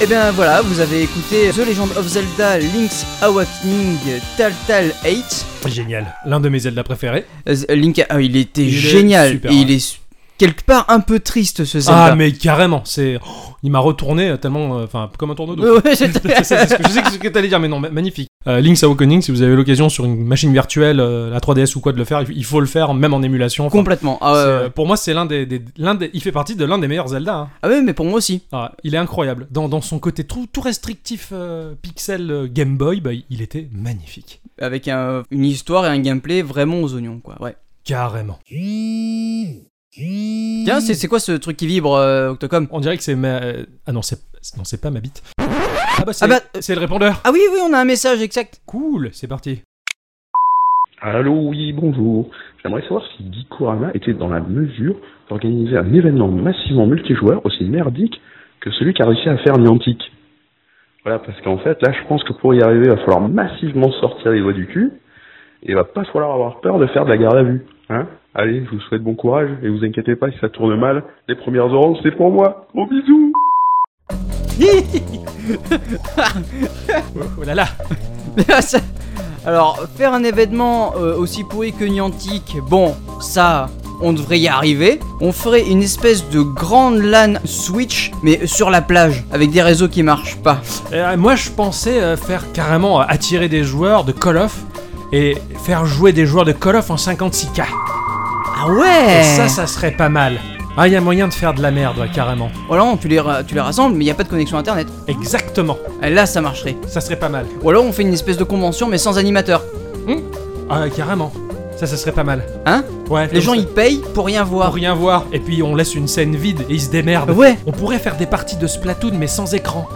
[SPEAKER 8] Et Eh bien voilà, vous avez écouté The Legend of Zelda Link's Awakening Telltale 8.
[SPEAKER 11] Génial. L'un de mes Zelda préférés.
[SPEAKER 8] Euh, Z- Link, ah, il était
[SPEAKER 11] Il est
[SPEAKER 8] génial.
[SPEAKER 11] super,
[SPEAKER 8] Et il
[SPEAKER 11] ouais.
[SPEAKER 8] est su- quelque part un peu triste ce Zelda.
[SPEAKER 11] Ah mais carrément, c'est oh, il m'a retourné tellement euh, enfin comme un tourneau d'eau.
[SPEAKER 8] Ouais, ouais, j'étais-
[SPEAKER 11] C'est ça, c'est ce que- je sais que c'est ce que t'allais dire, mais non, ma- magnifique. Euh, Link's Awakening, si vous avez l'occasion sur une machine virtuelle, euh, la 3DS ou quoi, de le faire, il- il faut le faire, même en émulation. Enfin,
[SPEAKER 8] Complètement. Ah, ouais,
[SPEAKER 11] c'est, euh,
[SPEAKER 8] ouais.
[SPEAKER 11] Pour moi, c'est l'un des, des- l'un des- il fait partie de l'un des meilleurs Zelda. hein.
[SPEAKER 8] Ah ouais, mais pour moi aussi.
[SPEAKER 11] Ah, il est incroyable. Dans, dans son côté tout, tout restrictif euh, pixel euh, Game Boy, bah, il était magnifique.
[SPEAKER 8] Avec un- une histoire et un gameplay vraiment aux oignons, quoi. Ouais.
[SPEAKER 11] Carrément.
[SPEAKER 8] Tiens, c'est c'est quoi ce truc qui vibre, euh, Octocom
[SPEAKER 11] On dirait que c'est ma... euh, Ah non, c'est non, c'est pas ma bite. Ah bah c'est
[SPEAKER 8] Ah bah, euh,
[SPEAKER 11] c'est le répondeur.
[SPEAKER 8] Ah oui, oui, on a un message exact.
[SPEAKER 11] Cool, c'est parti.
[SPEAKER 4] Allô, oui, bonjour. J'aimerais savoir si Geekorama était dans la mesure d'organiser un événement massivement multijoueur aussi merdique que celui qu'a réussi à faire Niantic. Voilà, parce qu'en fait, là, je pense que pour y arriver, il va falloir massivement sortir les doigts du cul et il va pas falloir avoir peur de faire de la garde à vue. Hein Allez, je vous souhaite bon courage et vous inquiétez pas si ça tourne mal. Les premières oranges, c'est pour moi. Gros bisous
[SPEAKER 11] Oh là là.
[SPEAKER 8] Ça- Alors, faire un événement euh, aussi pourri que Niantic, bon, ça, on devrait y arriver. On ferait une espèce de grande LAN Switch, mais sur la plage, avec des réseaux qui marchent pas.
[SPEAKER 11] Euh, moi, je pensais euh, faire carrément euh, attirer des joueurs de Call of et faire jouer des joueurs de Call of en 56K.
[SPEAKER 8] Ah ouais
[SPEAKER 11] Et ça, ça serait pas mal. Ah, il y a moyen de faire de la merde, ouais, carrément.
[SPEAKER 8] Voilà, tu les, ra- tu les rassembles, mais il n'y a pas de connexion internet.
[SPEAKER 11] Exactement.
[SPEAKER 8] Ah, Là, ça marcherait.
[SPEAKER 11] Ça serait pas mal.
[SPEAKER 8] Ou alors, on fait une espèce de convention, mais sans animateur.
[SPEAKER 11] Ah, carrément. Ça, ça serait pas mal.
[SPEAKER 8] Hein
[SPEAKER 11] Ouais.
[SPEAKER 8] Les gens,
[SPEAKER 11] ils
[SPEAKER 8] ils payent pour rien voir.
[SPEAKER 11] pour rien voir. Et puis, on laisse une scène vide et ils se démerdent.
[SPEAKER 8] Ouais,
[SPEAKER 11] On pourrait faire des parties de Splatoon, mais sans écran.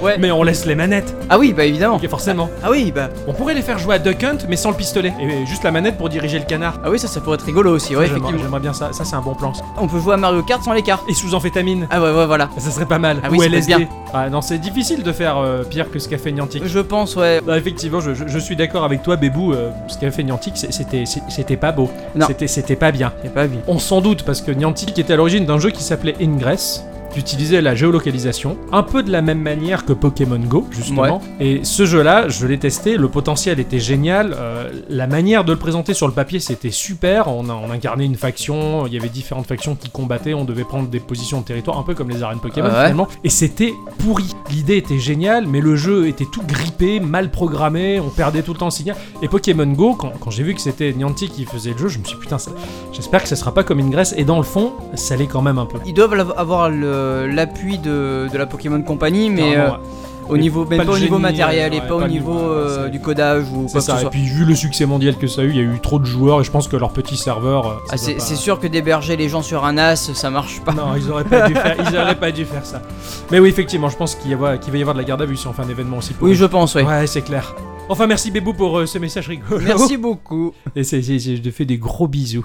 [SPEAKER 8] ouais.
[SPEAKER 11] Mais on laisse les manettes.
[SPEAKER 8] Ah oui, bah évidemment.
[SPEAKER 11] Ok, forcément.
[SPEAKER 8] Ah oui, bah.
[SPEAKER 11] On pourrait les faire jouer à Duck Hunt, mais sans le pistolet. Et juste la manette pour diriger le canard.
[SPEAKER 8] Ah oui, ça, ça pourrait être rigolo aussi, ouais,
[SPEAKER 11] Ça, j'aimerais-
[SPEAKER 8] effectivement.
[SPEAKER 11] J'aimerais bien ça. Ça, c'est un bon plan. ça.
[SPEAKER 8] On peut jouer à Mario Kart sans les cartes.
[SPEAKER 11] Et sous amphétamine.
[SPEAKER 8] Ah ouais, ouais, voilà.
[SPEAKER 11] Ça serait pas mal.
[SPEAKER 8] Ah oui,
[SPEAKER 11] Ou
[SPEAKER 8] ça peut être
[SPEAKER 11] LSD.
[SPEAKER 8] bien.
[SPEAKER 11] Ah non, c'est difficile de faire euh, pire que ce qu'a fait Niantic.
[SPEAKER 8] Je pense, ouais.
[SPEAKER 11] Bah, effectivement, je, je- je suis d'accord avec toi, Bébou. euh, ce qu'a fait Niantic, c'est- c'était c'est- c'était pas beau.
[SPEAKER 8] Non.
[SPEAKER 11] C'était c'était pas bien.
[SPEAKER 8] C'est pas bien.
[SPEAKER 11] On s'en doute parce que Niantic était à l'origine d'un jeu qui s'appelait Ingress qui utilisait la géolocalisation, un peu de la même manière que Pokémon Go, justement. Et ce jeu-là, je l'ai testé, le potentiel était génial, euh, la manière de le présenter sur le papier, c'était super, on, a- on incarnait une faction, il y avait différentes factions qui combattaient, on devait prendre des positions de territoire, un peu comme les arènes Pokémon,
[SPEAKER 8] Ouais.
[SPEAKER 11] finalement, et c'était pourri. L'idée était géniale, mais le jeu était tout grippé, mal programmé, on perdait tout le temps le signal. Et Pokémon Go, quand, quand j'ai vu que c'était Niantic qui faisait le jeu, je me suis dit, putain, ça, J'espère que ce sera pas comme une Grèce, et dans le fond, ça l'est quand même un peu.
[SPEAKER 8] Ils doivent l'av- avoir le- l'appui de, de la Pokémon Company, mais
[SPEAKER 11] Normalement,
[SPEAKER 8] euh, au
[SPEAKER 11] Mais
[SPEAKER 8] niveau, mais
[SPEAKER 11] pas
[SPEAKER 8] pas,
[SPEAKER 11] de
[SPEAKER 8] au niveau
[SPEAKER 11] génie,
[SPEAKER 8] matériel
[SPEAKER 11] euh,
[SPEAKER 8] et
[SPEAKER 11] ouais,
[SPEAKER 8] pas au
[SPEAKER 11] pas du-
[SPEAKER 8] niveau euh,
[SPEAKER 11] c'est-
[SPEAKER 8] du codage ou quoi
[SPEAKER 11] C'est
[SPEAKER 8] que ce
[SPEAKER 11] ça, et
[SPEAKER 8] soit.
[SPEAKER 11] puis vu le succès mondial que ça a eu, il y a eu trop de joueurs, et je pense que leur petit serveur. euh, ça
[SPEAKER 8] Ah,
[SPEAKER 11] doit
[SPEAKER 8] c'est
[SPEAKER 11] pas-
[SPEAKER 8] c'est sûr que d'héberger les gens sur un as, ça marche pas.
[SPEAKER 11] Non, ils auraient pas dû faire, ils auraient pas dû faire ça. Mais oui, effectivement, je pense qu'il y a- qu'il va y avoir de la garde à vue si on fait un événement aussi pour
[SPEAKER 8] Oui, je pense, oui.
[SPEAKER 11] Ouais, c'est clair. Enfin, merci Bébou pour euh, ce message rigolo.
[SPEAKER 8] Merci beaucoup.
[SPEAKER 11] Et c'est- c'est- c'est- je te fais des gros bisous.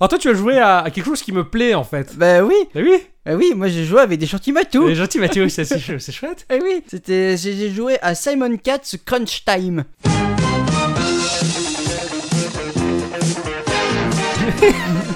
[SPEAKER 11] Alors, toi, tu as joué à, à quelque chose qui me plaît en fait.
[SPEAKER 8] bah oui,
[SPEAKER 11] T'as vu
[SPEAKER 8] bah oui, moi j'ai joué avec des shorty matou.
[SPEAKER 11] Et gentil Mathieu, ça, c'est chou- c'est chouette.
[SPEAKER 8] Eh oui, c'était j'ai j'ai joué à Simon Katz Crunch Time.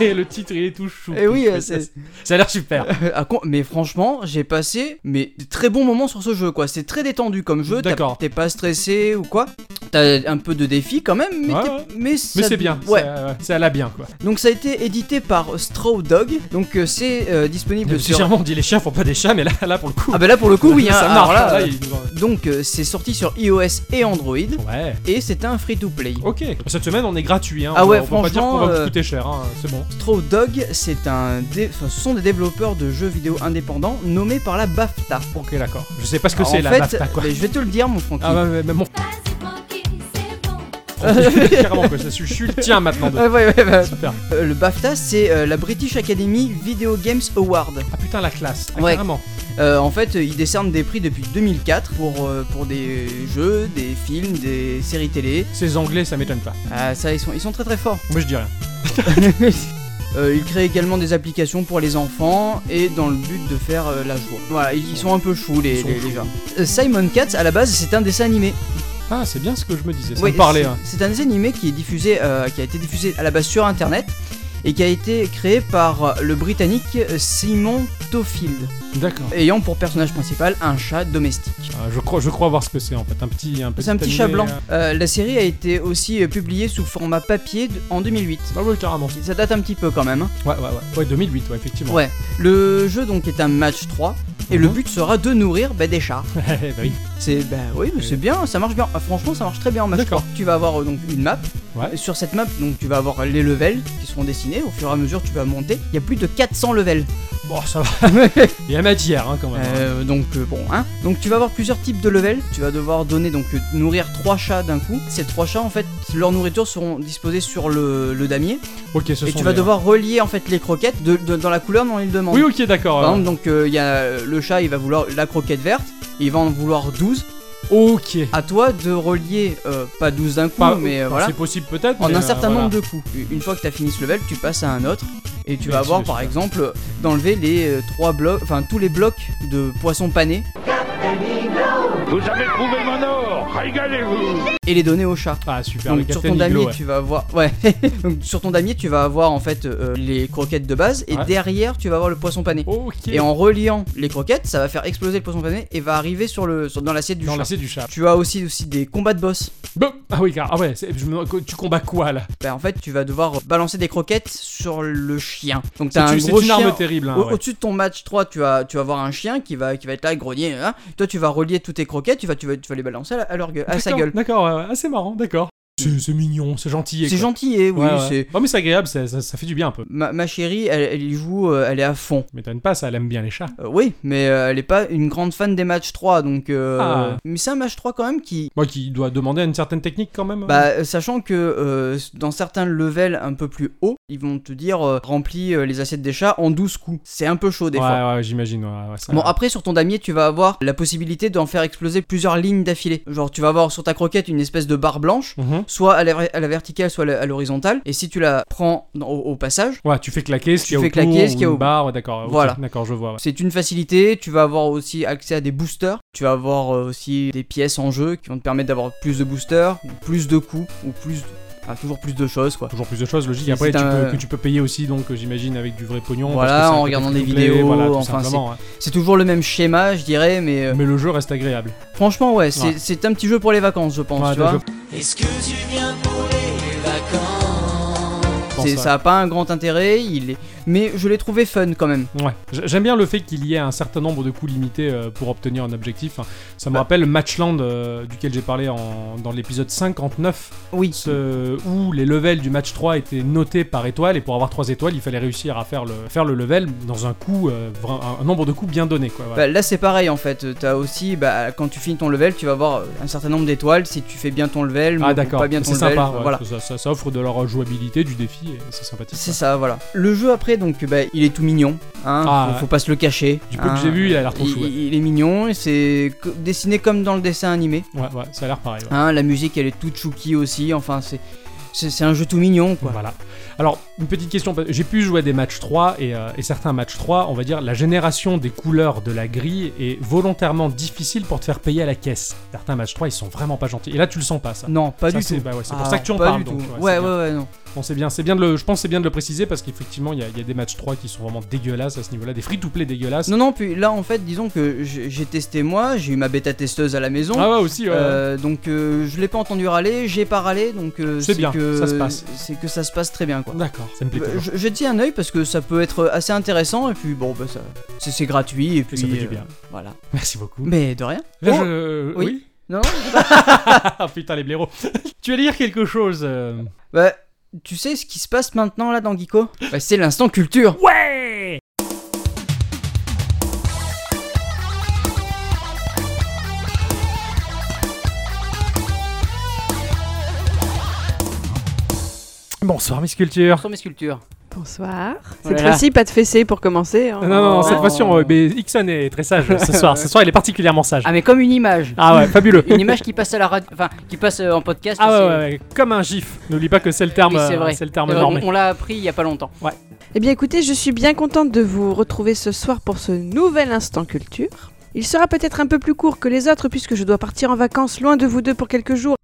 [SPEAKER 11] Et le titre, il est tout chou.
[SPEAKER 8] Eh oui, euh, c'est-
[SPEAKER 11] Ça a l'air super.
[SPEAKER 8] Ah, con- mais franchement, j'ai passé mais de très bons moments sur ce jeu quoi. C'est très détendu comme jeu. t'as-
[SPEAKER 11] D'accord.
[SPEAKER 8] T'es pas stressé ou quoi. T'as un peu de défi quand même, mais
[SPEAKER 11] Ouais,
[SPEAKER 8] t'es-
[SPEAKER 11] ouais.
[SPEAKER 8] mais, ça-
[SPEAKER 11] Mais c'est bien,
[SPEAKER 8] Ouais.
[SPEAKER 11] ça, euh, ça allait bien quoi.
[SPEAKER 8] Donc ça a été édité par Straw Dog. Donc euh, c'est euh, disponible sur.
[SPEAKER 11] Légèrement, on dit les chiens font pas des chats, mais là, là pour le coup,
[SPEAKER 8] Ah bah là pour le coup oui. hein.
[SPEAKER 11] ça
[SPEAKER 8] Alors
[SPEAKER 11] marche.
[SPEAKER 8] là,
[SPEAKER 11] là,
[SPEAKER 8] euh,
[SPEAKER 11] il nous en-
[SPEAKER 8] Donc euh, c'est sorti sur iOS et Android
[SPEAKER 11] Ouais,
[SPEAKER 8] et c'est un free to play.
[SPEAKER 11] ok. Cette semaine, on est gratuit. Hein.
[SPEAKER 8] Ah
[SPEAKER 11] on,
[SPEAKER 8] ouais,
[SPEAKER 11] on peut pas dire
[SPEAKER 8] franchement,
[SPEAKER 11] qu'on va
[SPEAKER 8] euh,
[SPEAKER 11] vous coûter cher, hein. c'est bon.
[SPEAKER 8] Straw Dog, c'est un dé- enfin, ce sont des développeurs de jeux vidéo indépendants nommés par la BAFTA.
[SPEAKER 11] Ok, d'accord. Je sais pas ce que
[SPEAKER 8] Alors,
[SPEAKER 11] c'est
[SPEAKER 8] en
[SPEAKER 11] la
[SPEAKER 8] fait,
[SPEAKER 11] BAFTA quoi.
[SPEAKER 8] mais je vais te le dire mon Francky.
[SPEAKER 11] Ah ouais, mais, mais mon carrément quoi, ça, je suis le tien maintenant. de-
[SPEAKER 8] Ouais, ouais, ouais, bah,
[SPEAKER 11] Super.
[SPEAKER 8] euh, le BAFTA, c'est euh, la British Academy Video Games Award.
[SPEAKER 11] Ah putain, la classe, ah,
[SPEAKER 8] Ouais.
[SPEAKER 11] carrément.
[SPEAKER 8] Euh, en fait, euh, ils décernent des prix depuis 2004 pour, euh, pour des jeux, des films, des séries télé.
[SPEAKER 11] Ces anglais, ça m'étonne pas.
[SPEAKER 8] Ah, ça, ils sont, ils sont très très forts.
[SPEAKER 11] Moi, je dis rien.
[SPEAKER 8] Euh, ils créent également des applications pour les enfants et dans le but de faire euh, la joie. Voilà, ils sont un peu choux les,
[SPEAKER 11] Ils sont
[SPEAKER 8] les- les
[SPEAKER 11] choux.
[SPEAKER 8] gens. Euh, Simon Katz, à la base, c'est un dessin animé.
[SPEAKER 11] Ah, c'est bien ce que je me disais, ça
[SPEAKER 8] Ouais,
[SPEAKER 11] me parlait.
[SPEAKER 8] c'est-
[SPEAKER 11] hein.
[SPEAKER 8] C'est un dessin animé qui est diffusé, euh, qui a été diffusé à la base sur internet et qui a été créé par euh, le britannique euh, Simon Tofield,
[SPEAKER 11] hein. D'accord.
[SPEAKER 8] ayant pour personnage principal un chat domestique.
[SPEAKER 11] Euh, je, crois, je crois voir ce que c'est en fait. Un petit, un
[SPEAKER 8] C'est un petit
[SPEAKER 11] animé,
[SPEAKER 8] chat blanc.
[SPEAKER 11] euh.
[SPEAKER 8] Euh, la série a été aussi euh, publiée sous format papier de- en 2008.
[SPEAKER 11] Ah ouais, carrément.
[SPEAKER 8] Ça date un petit peu quand même. hein.
[SPEAKER 11] Ouais, ouais, ouais. Ouais, 2008, ouais, effectivement.
[SPEAKER 8] Ouais. Le jeu donc est un match 3 et le
[SPEAKER 11] Mhm.
[SPEAKER 8] but sera de nourrir bah, des chats.
[SPEAKER 11] bah oui.
[SPEAKER 8] C'est bah oui, mais c'est bien, ça marche bien. Ah, franchement, ça marche très bien en match
[SPEAKER 11] D'accord.
[SPEAKER 8] 3. Tu vas avoir euh, donc une map.
[SPEAKER 11] Ouais.
[SPEAKER 8] Et Sur cette map, donc tu vas avoir les levels qui seront dessinés au fur et à mesure tu vas monter. Il y a plus de 400 levels.
[SPEAKER 11] Bon, ça va. Il y a matière, hein, quand même.
[SPEAKER 8] Euh, donc euh, bon, hein. Donc tu vas avoir plusieurs types de levels. Tu vas devoir donner donc euh, nourrir trois chats d'un coup. Ces trois chats en fait, leur nourriture seront disposées sur le, le damier
[SPEAKER 11] Ok, ce
[SPEAKER 8] Euh, et
[SPEAKER 11] sont
[SPEAKER 8] tu vas
[SPEAKER 11] des-
[SPEAKER 8] devoir relier en fait les croquettes de- de- dans la couleur dont ils demandent.
[SPEAKER 11] Oui, ok, d'accord.
[SPEAKER 8] Par
[SPEAKER 11] alors.
[SPEAKER 8] exemple, donc euh, il y a euh, le chat, il va vouloir la croquette verte, il va en vouloir 12.
[SPEAKER 11] euh, Ok.
[SPEAKER 8] À toi de relier euh, pas 12 d'un coup,
[SPEAKER 11] Pas-
[SPEAKER 8] mais euh,
[SPEAKER 11] enfin,
[SPEAKER 8] voilà.
[SPEAKER 11] C'est possible peut-être.
[SPEAKER 8] En
[SPEAKER 11] mais,
[SPEAKER 8] un
[SPEAKER 11] euh,
[SPEAKER 8] certain
[SPEAKER 11] voilà.
[SPEAKER 8] nombre de coups. Une fois que tu as fini ce level, tu passes à un autre et tu
[SPEAKER 11] Mais
[SPEAKER 8] vas
[SPEAKER 11] si,
[SPEAKER 8] avoir
[SPEAKER 11] mais
[SPEAKER 8] par
[SPEAKER 11] c'est
[SPEAKER 8] exemple euh, d'enlever les euh, trois blocs, enfin tous les blocs de poissons panés
[SPEAKER 10] Vous avez trouvé mon or Régalez-vous
[SPEAKER 8] et les donner au chat.
[SPEAKER 11] Ah, super.
[SPEAKER 8] Donc
[SPEAKER 11] le
[SPEAKER 8] sur
[SPEAKER 11] Captain
[SPEAKER 8] ton damier,
[SPEAKER 11] Iglo, ouais.
[SPEAKER 8] tu vas avoir ouais. Donc sur ton damier, tu vas avoir en fait euh, les croquettes de base et
[SPEAKER 11] Ouais.
[SPEAKER 8] derrière, tu vas avoir le poisson pané.
[SPEAKER 11] Ok.
[SPEAKER 8] Et en reliant les croquettes, ça va faire exploser le poisson pané et va arriver sur le sur- dans l'assiette du
[SPEAKER 11] Dans
[SPEAKER 8] chat.
[SPEAKER 11] l'assiette du chat.
[SPEAKER 8] Tu as aussi, aussi des combats de boss.
[SPEAKER 11] Bon. Ah oui, car. Ah ouais, c'est- je me demande, tu combats quoi là
[SPEAKER 8] Bah, en fait, tu vas devoir balancer des croquettes sur le chien. Donc
[SPEAKER 11] C'est
[SPEAKER 8] t'as un
[SPEAKER 11] une-
[SPEAKER 8] gros
[SPEAKER 11] C'est une
[SPEAKER 8] chien. Oh,
[SPEAKER 11] arme terrible. hein,
[SPEAKER 8] Au-
[SPEAKER 11] ouais.
[SPEAKER 8] Au-dessus de ton match 3, tu vas, tu vas avoir un chien qui va, qui va être là, grogner. hein. Toi, tu vas relier toutes tes croquettes, tu vas, tu vas, tu vas les balancer à, la- à leur gueule- à sa
[SPEAKER 11] D'accord,
[SPEAKER 8] gueule.
[SPEAKER 11] D'accord, ouais, ouais. ah, c'est marrant, d'accord. C'est c'est mignon, c'est gentil.
[SPEAKER 8] C'est gentil, eh, oui. c'est-
[SPEAKER 11] Non, mais c'est agréable, ça, ça- ça fait du bien un peu.
[SPEAKER 8] Ma, ma chérie, elle, elle y joue, euh, elle est à fond.
[SPEAKER 11] Mais t'as pas, ça, elle aime bien les chats.
[SPEAKER 8] Euh, oui, mais euh, elle est pas une grande fan des matchs 3, donc. euh,
[SPEAKER 11] Ah.
[SPEAKER 8] Mais c'est un match 3 quand même qui.
[SPEAKER 11] Moi qui dois demander une certaine technique quand même.
[SPEAKER 8] Bah, euh, sachant que euh, dans certains levels un peu plus hauts, ils vont te dire euh, remplis euh, les assiettes des chats en 12 coups. C'est un peu chaud des
[SPEAKER 11] ouais,
[SPEAKER 8] fois.
[SPEAKER 11] ouais, j'imagine. ouais, ouais, ça-
[SPEAKER 8] Bon, après, sur ton damier, tu vas avoir la possibilité d'en faire exploser plusieurs lignes d'affilée. Genre, tu vas avoir sur ta croquette une espèce de barre blanche,
[SPEAKER 11] Mhm.
[SPEAKER 8] soit à la, à la verticale, soit à la- à l'horizontale. Et si tu la prends dans- au, au passage,
[SPEAKER 11] Ouais, tu fais claquer ce
[SPEAKER 8] Tu
[SPEAKER 11] qu'il y a
[SPEAKER 8] fais
[SPEAKER 11] autour,
[SPEAKER 8] claquer ce
[SPEAKER 11] ou
[SPEAKER 8] qu'il y a
[SPEAKER 11] une
[SPEAKER 8] au-
[SPEAKER 11] barre, ouais, d'accord. ok,
[SPEAKER 8] Voilà.
[SPEAKER 11] D'accord, je vois. ouais.
[SPEAKER 8] c'est une facilité. Tu vas avoir aussi accès à des boosters. Tu vas avoir euh, aussi des pièces en jeu qui vont te permettre d'avoir plus de boosters, ou plus de coups, ou plus. enfin, toujours plus de choses, quoi.
[SPEAKER 11] Toujours plus de choses, logique.
[SPEAKER 8] C'est-
[SPEAKER 11] Après,
[SPEAKER 8] c'est
[SPEAKER 11] tu
[SPEAKER 8] un-
[SPEAKER 11] peux, que tu peux payer aussi, donc euh, j'imagine avec du vrai pognon.
[SPEAKER 8] Voilà,
[SPEAKER 11] parce que c'est un
[SPEAKER 8] en
[SPEAKER 11] peu
[SPEAKER 8] regardant des
[SPEAKER 11] free-to-play,
[SPEAKER 8] vidéos,
[SPEAKER 11] voilà, tout
[SPEAKER 8] enfin,
[SPEAKER 11] simplement,
[SPEAKER 8] C'est toujours le même schéma, je dirais, mais euh,
[SPEAKER 11] ouais. Mais le jeu reste agréable.
[SPEAKER 8] franchement, ouais, c'est
[SPEAKER 11] Ouais.
[SPEAKER 8] c'est un petit jeu pour les vacances, je pense,
[SPEAKER 11] Ouais,
[SPEAKER 8] tu vois.
[SPEAKER 11] je pense,
[SPEAKER 8] C'est-
[SPEAKER 11] ouais.
[SPEAKER 8] Ça a pas un grand intérêt, il est... mais je l'ai trouvé fun quand même.
[SPEAKER 11] Ouais. J- J'aime bien le fait qu'il y ait un certain nombre de coups limités euh, pour obtenir un objectif. hein. Ça me
[SPEAKER 8] Ah.
[SPEAKER 11] rappelle Matchland, euh, duquel j'ai parlé en- dans l'épisode 59,
[SPEAKER 8] Oui.
[SPEAKER 11] ce- où les levels du match 3 étaient notés par étoile, et pour avoir 3 étoiles, il fallait réussir à faire le, faire le level dans un coup, euh, vra- un, un nombre de coups bien donné. Quoi, voilà.
[SPEAKER 8] Bah, là c'est pareil en fait, Euh, t'as aussi, bah, quand tu finis ton level, tu vas avoir euh, un certain nombre d'étoiles si tu fais bien ton level,
[SPEAKER 11] ah
[SPEAKER 8] ou
[SPEAKER 11] d'accord,
[SPEAKER 8] pas bien ton
[SPEAKER 11] c'est
[SPEAKER 8] level,
[SPEAKER 11] sympa, ouais,
[SPEAKER 8] voilà.
[SPEAKER 11] ça, ça- ça offre de la rejouabilité, du défi, et c'est sympathique.
[SPEAKER 8] C'est
[SPEAKER 11] quoi.
[SPEAKER 8] ça, voilà. Le jeu après, donc, bah, il est tout mignon, hein,
[SPEAKER 11] Ah,
[SPEAKER 8] faut,
[SPEAKER 11] ouais.
[SPEAKER 8] faut pas se le cacher.
[SPEAKER 11] Du peu
[SPEAKER 8] hein.
[SPEAKER 11] que j'ai vu, il a l'air trop
[SPEAKER 8] il,
[SPEAKER 11] chou. Ouais.
[SPEAKER 8] il est mignon, et c'est co- dessiné comme dans le dessin animé.
[SPEAKER 11] Ouais, ouais, ça a l'air pareil. ouais.
[SPEAKER 8] Hein, la musique elle est toute chouki aussi, enfin c'est... C'est c'est un jeu tout mignon quoi.
[SPEAKER 11] Voilà. Alors, une petite question. parce que J'ai pu jouer à des matchs 3 et, euh, et certains matchs 3, on va dire, la génération des couleurs de la grille est volontairement difficile pour te faire payer à la caisse. Certains matchs 3, ils sont vraiment pas gentils. Et là, tu le sens pas, ça.
[SPEAKER 8] Non, pas
[SPEAKER 11] Ça,
[SPEAKER 8] du
[SPEAKER 11] c'est-
[SPEAKER 8] tout.
[SPEAKER 11] bah ouais, c'est
[SPEAKER 8] Ah,
[SPEAKER 11] pour ça que tu en
[SPEAKER 8] pas
[SPEAKER 11] parles.
[SPEAKER 8] du
[SPEAKER 11] donc,
[SPEAKER 8] tout.
[SPEAKER 11] ouais,
[SPEAKER 8] ouais,
[SPEAKER 11] c'est bien.
[SPEAKER 8] ouais, ouais, non.
[SPEAKER 11] Bon, c'est bien, c'est bien de le, je pense que c'est bien de le préciser parce qu'effectivement, il y, a- il y a des matchs 3 qui sont vraiment dégueulasses à ce niveau-là, des free-to-play dégueulasses.
[SPEAKER 8] Non, non, puis là en fait, disons que j'ai j'ai testé moi, j'ai eu ma bêta testeuse à la maison.
[SPEAKER 11] Ah ouais, aussi, ouais.
[SPEAKER 8] Euh, donc euh, je l'ai pas entendu râler, j'ai pas râlé, donc euh,
[SPEAKER 11] C'est bien,
[SPEAKER 8] que,
[SPEAKER 11] ça se passe.
[SPEAKER 8] C'est que ça se passe très bien quoi.
[SPEAKER 11] D'accord, ça me plaît
[SPEAKER 8] Bah,
[SPEAKER 11] toujours.
[SPEAKER 8] je- J'ai dit un œil parce que ça peut être assez intéressant et puis bon bah ça c'est c'est gratuit et puis
[SPEAKER 11] ça fait du
[SPEAKER 8] euh,
[SPEAKER 11] bien.
[SPEAKER 8] voilà.
[SPEAKER 11] Merci beaucoup.
[SPEAKER 8] Mais de rien.
[SPEAKER 11] Là,
[SPEAKER 8] Oh,
[SPEAKER 11] je- euh,
[SPEAKER 8] oui.
[SPEAKER 11] Oui
[SPEAKER 8] Non non.
[SPEAKER 11] Ah putain, les blaireaux. tu allais dire quelque chose euh,
[SPEAKER 8] Bah tu sais ce qui se passe maintenant là dans Geeko Bah c'est l'instant culture.
[SPEAKER 11] Bonsoir, Miss Culture.
[SPEAKER 8] Sur mes sculptures.
[SPEAKER 12] Bonsoir.
[SPEAKER 8] Oh là
[SPEAKER 12] Cette
[SPEAKER 8] là.
[SPEAKER 12] fois-ci, pas de fessée pour commencer. hein.
[SPEAKER 11] Non, non, non, cette
[SPEAKER 8] Oh.
[SPEAKER 11] fois-ci, on- mais Ixon est très sage ce soir. ce soir, il est particulièrement sage.
[SPEAKER 8] Ah mais comme une image.
[SPEAKER 11] Ah ouais, fabuleux.
[SPEAKER 8] Une image qui passe à la radio, enfin qui passe euh, en podcast.
[SPEAKER 11] Ah ouais,
[SPEAKER 8] c'est-
[SPEAKER 11] ouais, ouais, comme un gif. N'oublie pas que c'est le terme,
[SPEAKER 8] Oui, c'est
[SPEAKER 11] euh,
[SPEAKER 8] vrai.
[SPEAKER 11] c'est le terme
[SPEAKER 8] Euh,
[SPEAKER 11] normé.
[SPEAKER 8] on on l'a appris il y a pas longtemps.
[SPEAKER 12] Eh bien, écoutez, je suis bien contente de vous retrouver ce soir pour ce nouvel instant culture. Il sera peut-être un peu plus court que les autres puisque je dois partir en vacances loin de vous deux pour quelques jours.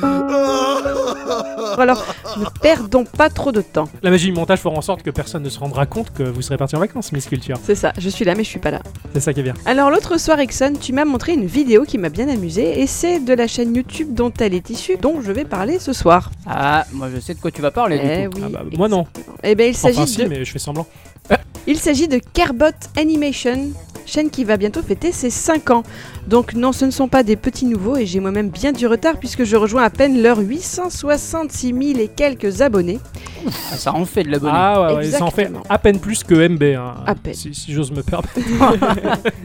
[SPEAKER 11] cours, alors ne perdons pas trop de temps.
[SPEAKER 2] La magie du montage fera en sorte que personne ne se rendra compte que vous serez parti en vacances, Miss Culture.
[SPEAKER 11] C'est ça, je suis là mais je suis pas là.
[SPEAKER 2] C'est ça qui est bien.
[SPEAKER 11] Alors l'autre soir, Ixon, tu m'as montré une vidéo qui m'a bien amusée et c'est de la chaîne YouTube dont elle est issue, dont je vais parler ce soir.
[SPEAKER 8] Ah, moi je sais de quoi tu vas parler
[SPEAKER 11] Eh
[SPEAKER 8] du coup.
[SPEAKER 11] oui.
[SPEAKER 2] Ah bah, moi non.
[SPEAKER 11] Eh ben il s'agit
[SPEAKER 2] Enfin, si,
[SPEAKER 11] de...
[SPEAKER 2] mais je fais semblant.
[SPEAKER 11] Il s'agit de Kerbot Animation, chaîne qui va bientôt fêter ses 5 ans. Donc non, ce ne sont pas des petits nouveaux et j'ai moi-même bien du retard puisque je rejoins à peine leurs 866 000 et quelques abonnés.
[SPEAKER 8] Ah, ça en fait de l'abonné.
[SPEAKER 2] Ah ouais, ouais, ça en fait à peine plus que MB. hein.
[SPEAKER 11] À peine.
[SPEAKER 2] Si, si j'ose me perdre.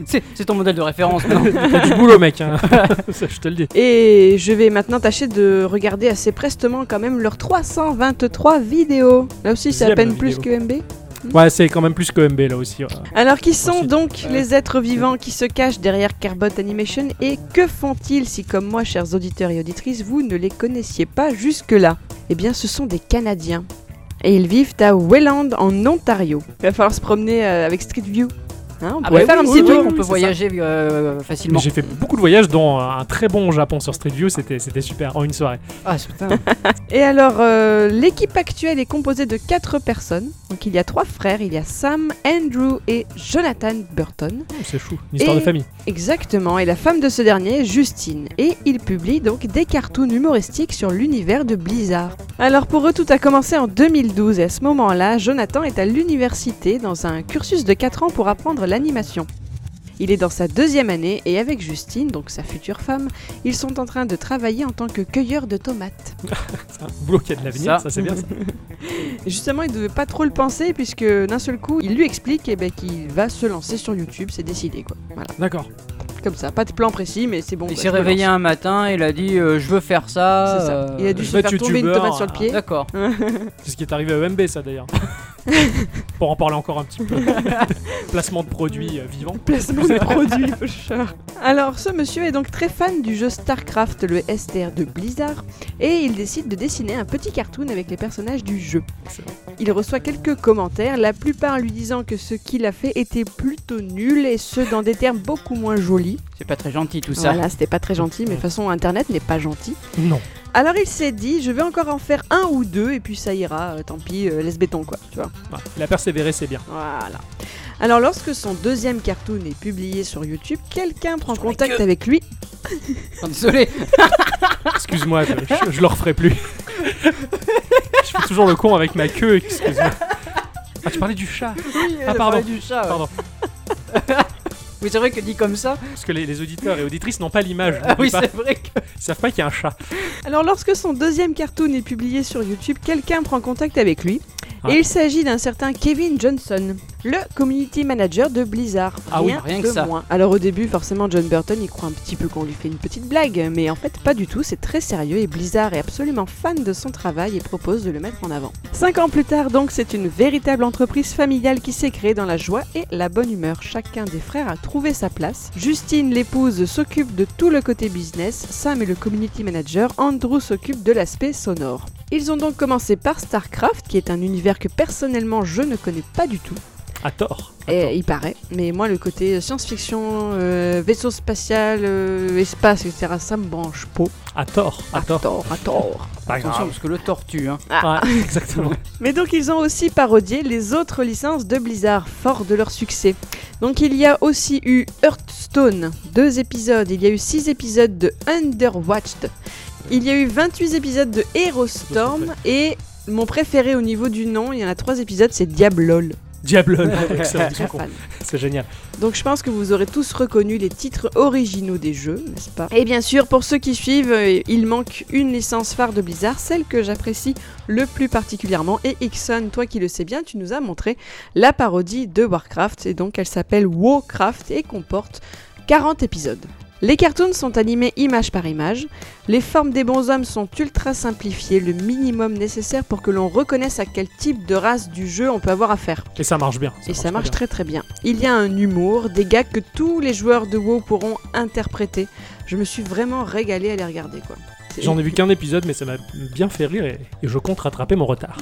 [SPEAKER 8] c'est c'est ton modèle de référence maintenant.
[SPEAKER 2] T'as du boulot, mec. hein. ça, je te le dis.
[SPEAKER 11] Et je vais maintenant tâcher de regarder assez prestement quand même leurs 323 vidéos. Là aussi, c'est à
[SPEAKER 2] J'aime
[SPEAKER 11] peine
[SPEAKER 2] la
[SPEAKER 11] plus
[SPEAKER 2] vidéo. Hmm.
[SPEAKER 11] que MB.
[SPEAKER 2] Ouais, c'est quand même plus que MB là aussi. ouais.
[SPEAKER 11] Alors qui sont donc les êtres vivants qui se cachent derrière Carbot Animation et que font-ils si comme moi chers auditeurs et auditrices vous ne les connaissiez pas jusque-là Eh bien ce sont des Canadiens. Et ils vivent à Welland en Ontario. Il va falloir se promener euh, avec Street View. Hein, on
[SPEAKER 8] Ah,
[SPEAKER 11] pourrait
[SPEAKER 8] bah
[SPEAKER 11] faire
[SPEAKER 8] oui,
[SPEAKER 11] un
[SPEAKER 8] oui,
[SPEAKER 11] petit
[SPEAKER 8] oui,
[SPEAKER 11] tour.
[SPEAKER 8] on peut voyager euh,
[SPEAKER 2] Mais
[SPEAKER 8] facilement.
[SPEAKER 2] J'ai fait beaucoup de voyages, dont un très bon au Japon sur Street View. C'était c'était super en une soirée.
[SPEAKER 8] Ah putain.
[SPEAKER 11] Et alors, euh, l'équipe actuelle est composée de quatre personnes. Donc, il y a trois frères. Il y a Sam, Andrew et Jonathan Burton.
[SPEAKER 2] Oh, C'est chou. Une histoire
[SPEAKER 11] Et-
[SPEAKER 2] de famille.
[SPEAKER 11] Exactement. Et la femme de ce dernier, Justine. Et il publie donc des cartoons humoristiques sur l'univers de Blizzard. Alors, pour eux, tout a commencé en 2012. Et à ce moment-là, Jonathan est à l'université dans un cursus de 4 ans pour apprendre l'animation. Il est dans sa deuxième année et avec Justine, donc sa future femme, ils sont en train de travailler en tant que cueilleurs de tomates.
[SPEAKER 2] C'est un boulot qui a de l'avenir. Ça,
[SPEAKER 8] Ça.
[SPEAKER 2] c'est bien. ça.
[SPEAKER 11] Et Justement, il devait pas trop le penser puisque d'un seul coup, il lui explique eh ben, qu'il va se lancer sur YouTube, c'est décidé quoi. Voilà,
[SPEAKER 2] D'accord.
[SPEAKER 11] comme ça, pas de plan précis, mais c'est bon.
[SPEAKER 8] Il
[SPEAKER 11] bah,
[SPEAKER 8] s'est
[SPEAKER 11] je me
[SPEAKER 8] réveillé
[SPEAKER 11] lance.
[SPEAKER 8] un matin, il a dit euh, je veux faire ça.
[SPEAKER 11] C'est ça.
[SPEAKER 8] euh,
[SPEAKER 11] Il a dû
[SPEAKER 2] je
[SPEAKER 11] se
[SPEAKER 2] vais
[SPEAKER 11] faire
[SPEAKER 2] être
[SPEAKER 11] tomber une
[SPEAKER 2] youtubeur,
[SPEAKER 11] tomate sur le
[SPEAKER 2] hein.
[SPEAKER 11] pied.
[SPEAKER 8] D'accord.
[SPEAKER 2] C'est ce qui est arrivé à MB, ça d'ailleurs. Pour en parler encore un petit peu. Placement de produits euh, vivants.
[SPEAKER 11] Placement de produits, peu cher. Alors, ce monsieur est donc très fan du jeu StarCraft, le STR de Blizzard, et il décide de dessiner un petit cartoon avec les personnages du jeu.
[SPEAKER 2] Excellent.
[SPEAKER 11] Il reçoit quelques commentaires, la plupart lui disant que ce qu'il a fait était plutôt nul, et ce dans des termes beaucoup moins jolis.
[SPEAKER 8] C'est pas très gentil tout ça.
[SPEAKER 11] Voilà, c'était pas très gentil, mais de toute façon, Internet n'est pas gentil.
[SPEAKER 2] Non.
[SPEAKER 11] Alors il s'est dit, je vais encore en faire un ou deux, et puis ça ira, euh, tant pis, euh, laisse béton quoi, tu vois.
[SPEAKER 2] Ouais, il a persévéré, c'est bien.
[SPEAKER 11] Voilà. Alors lorsque son deuxième cartoon est publié sur YouTube, quelqu'un prend contact avec lui.
[SPEAKER 8] Oh, Désolé.
[SPEAKER 2] Excuse-moi, je, je- je le referai plus. je fais toujours le con avec ma queue, excuse-moi. Ah, tu parlais du chat. Ah, pardon.
[SPEAKER 8] Du chat, ouais.
[SPEAKER 2] Pardon.
[SPEAKER 8] Oui, c'est vrai que dit comme ça.
[SPEAKER 2] Parce que les, les auditeurs et auditrices n'ont pas l'image.
[SPEAKER 8] Ah
[SPEAKER 2] n'oubliez
[SPEAKER 8] oui,
[SPEAKER 2] pas.
[SPEAKER 8] c'est vrai que.
[SPEAKER 2] Ils savent pas qu'il y a un chat.
[SPEAKER 11] Alors lorsque son deuxième cartoon est publié sur YouTube, quelqu'un prend contact avec lui.
[SPEAKER 2] Ah.
[SPEAKER 11] Et il s'agit d'un certain Kevin Johnson, le community manager de Blizzard.
[SPEAKER 8] Ah oui, rien que
[SPEAKER 11] de
[SPEAKER 8] ça.
[SPEAKER 11] moins. Alors au début, forcément, John Burton il croit un petit peu qu'on lui fait une petite blague, mais en fait pas du tout, c'est très sérieux et Blizzard est absolument fan de son travail et propose de le mettre en avant. Cinq ans plus tard, donc, c'est une véritable entreprise familiale qui s'est créée dans la joie et la bonne humeur. Chacun des frères a trouvé sa place. Justine, l'épouse, s'occupe de tout le côté business. Sam est le community manager. Andrew s'occupe de l'aspect sonore. Ils ont donc commencé par StarCraft, qui est un univers que personnellement je ne connais pas du tout.
[SPEAKER 2] À tort.
[SPEAKER 11] Et il paraît. Mais moi, le côté science-fiction, euh, vaisseau spatial, euh, espace, etc., ça me branche pas.
[SPEAKER 2] À tort. À tort.
[SPEAKER 11] à tort.
[SPEAKER 2] Pas
[SPEAKER 8] Attention,
[SPEAKER 2] grave.
[SPEAKER 8] parce que le tortue, hein.
[SPEAKER 2] Ouais, exactement.
[SPEAKER 11] Mais donc ils ont aussi parodié les autres licences de Blizzard, fort de leur succès. Donc il y a aussi eu Hearthstone, deux épisodes, il y a eu six épisodes de Underwatched, il y a eu 28 épisodes de Hero Storm et mon préféré au niveau du nom, il y en a trois épisodes, c'est Diablol.
[SPEAKER 2] Diable. Excellent, ils sont
[SPEAKER 11] Très
[SPEAKER 2] cons.
[SPEAKER 11] fan.
[SPEAKER 2] C'est génial.
[SPEAKER 11] Donc je pense que vous aurez tous reconnu les titres originaux des jeux, n'est-ce pas Et bien sûr, pour ceux qui suivent, euh, il manque une licence phare de Blizzard, celle que j'apprécie le plus particulièrement. Et Ixon, toi qui le sais bien, tu nous as montré la parodie de Warcraft, et donc elle s'appelle Warcraft et comporte 40 épisodes. Les cartoons sont animés image par image, les formes des bonshommes sont ultra simplifiées, le minimum nécessaire pour que l'on reconnaisse à quel type de race du jeu on peut avoir affaire.
[SPEAKER 2] Et ça marche bien.
[SPEAKER 11] Et ça marche
[SPEAKER 2] bien.
[SPEAKER 11] très très bien. Il y a un humour, des gags que tous les joueurs de WoW pourront interpréter. Je me suis vraiment régalée à les regarder quoi.
[SPEAKER 2] J'en ai vu qu'un épisode, mais ça m'a bien fait rire et, et je compte rattraper mon retard.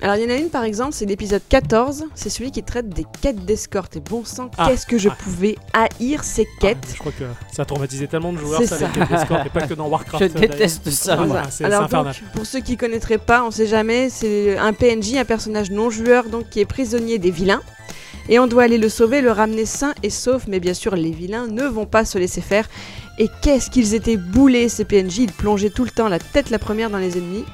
[SPEAKER 11] Alors il y en a une par exemple, c'est l'épisode 14, c'est celui qui traite des quêtes d'escorte. Et bon sang,
[SPEAKER 2] Ah,
[SPEAKER 11] qu'est-ce que je
[SPEAKER 2] ah.
[SPEAKER 11] pouvais haïr ces quêtes
[SPEAKER 2] Je crois que ça a traumatisé tellement de joueurs,
[SPEAKER 11] C'est
[SPEAKER 2] ça,
[SPEAKER 11] ça.
[SPEAKER 2] avec les escorts, et pas que dans Warcraft.
[SPEAKER 8] Je déteste
[SPEAKER 2] d'ailleurs.
[SPEAKER 8] ça,
[SPEAKER 2] Ah,
[SPEAKER 8] moi.
[SPEAKER 2] C'est c'est
[SPEAKER 11] Alors
[SPEAKER 2] infernal.
[SPEAKER 11] donc, pour ceux qui connaîtraient pas, on sait jamais, c'est un PNJ, un personnage non joueur, donc qui est prisonnier des vilains. Et on doit aller le sauver, le ramener sain et sauf, mais bien sûr les vilains ne vont pas se laisser faire. Et qu'est-ce qu'ils étaient boulés ces PNJ, ils plongeaient tout le temps la tête la première dans les ennemis.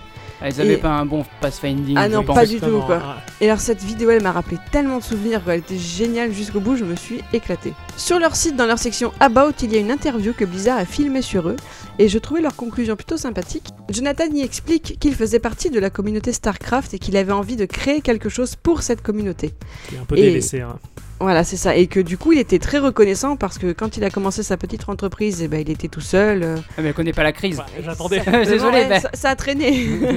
[SPEAKER 8] Ah, Ils avaient
[SPEAKER 11] Et-
[SPEAKER 8] pas un bon pathfinding.
[SPEAKER 11] Ah
[SPEAKER 8] je
[SPEAKER 11] non,
[SPEAKER 8] pense.
[SPEAKER 11] pas du tout
[SPEAKER 8] Exactement,
[SPEAKER 11] quoi.
[SPEAKER 8] ah.
[SPEAKER 11] Et alors cette vidéo elle m'a rappelé tellement de souvenirs, quoi. elle était géniale jusqu'au bout, je me suis éclatée. Sur leur site, dans leur section About, il y a une interview que Blizzard a filmée sur eux, et je trouvais leur conclusion plutôt sympathique. Jonathan y explique qu'il faisait partie de la communauté StarCraft et qu'il avait envie de créer quelque chose pour cette communauté.
[SPEAKER 2] Qui est un peu
[SPEAKER 11] Et-
[SPEAKER 2] délaissé. hein.
[SPEAKER 11] Voilà, c'est ça. Et que du coup, il était très reconnaissant parce que quand il a commencé sa petite entreprise, eh ben, il était tout seul. euh,
[SPEAKER 8] Ah, mais on connaît pas la crise.
[SPEAKER 2] J'attendais.
[SPEAKER 8] Euh, Désolé, bah,
[SPEAKER 11] Ouais,
[SPEAKER 8] mais-
[SPEAKER 11] ça, ça a traîné.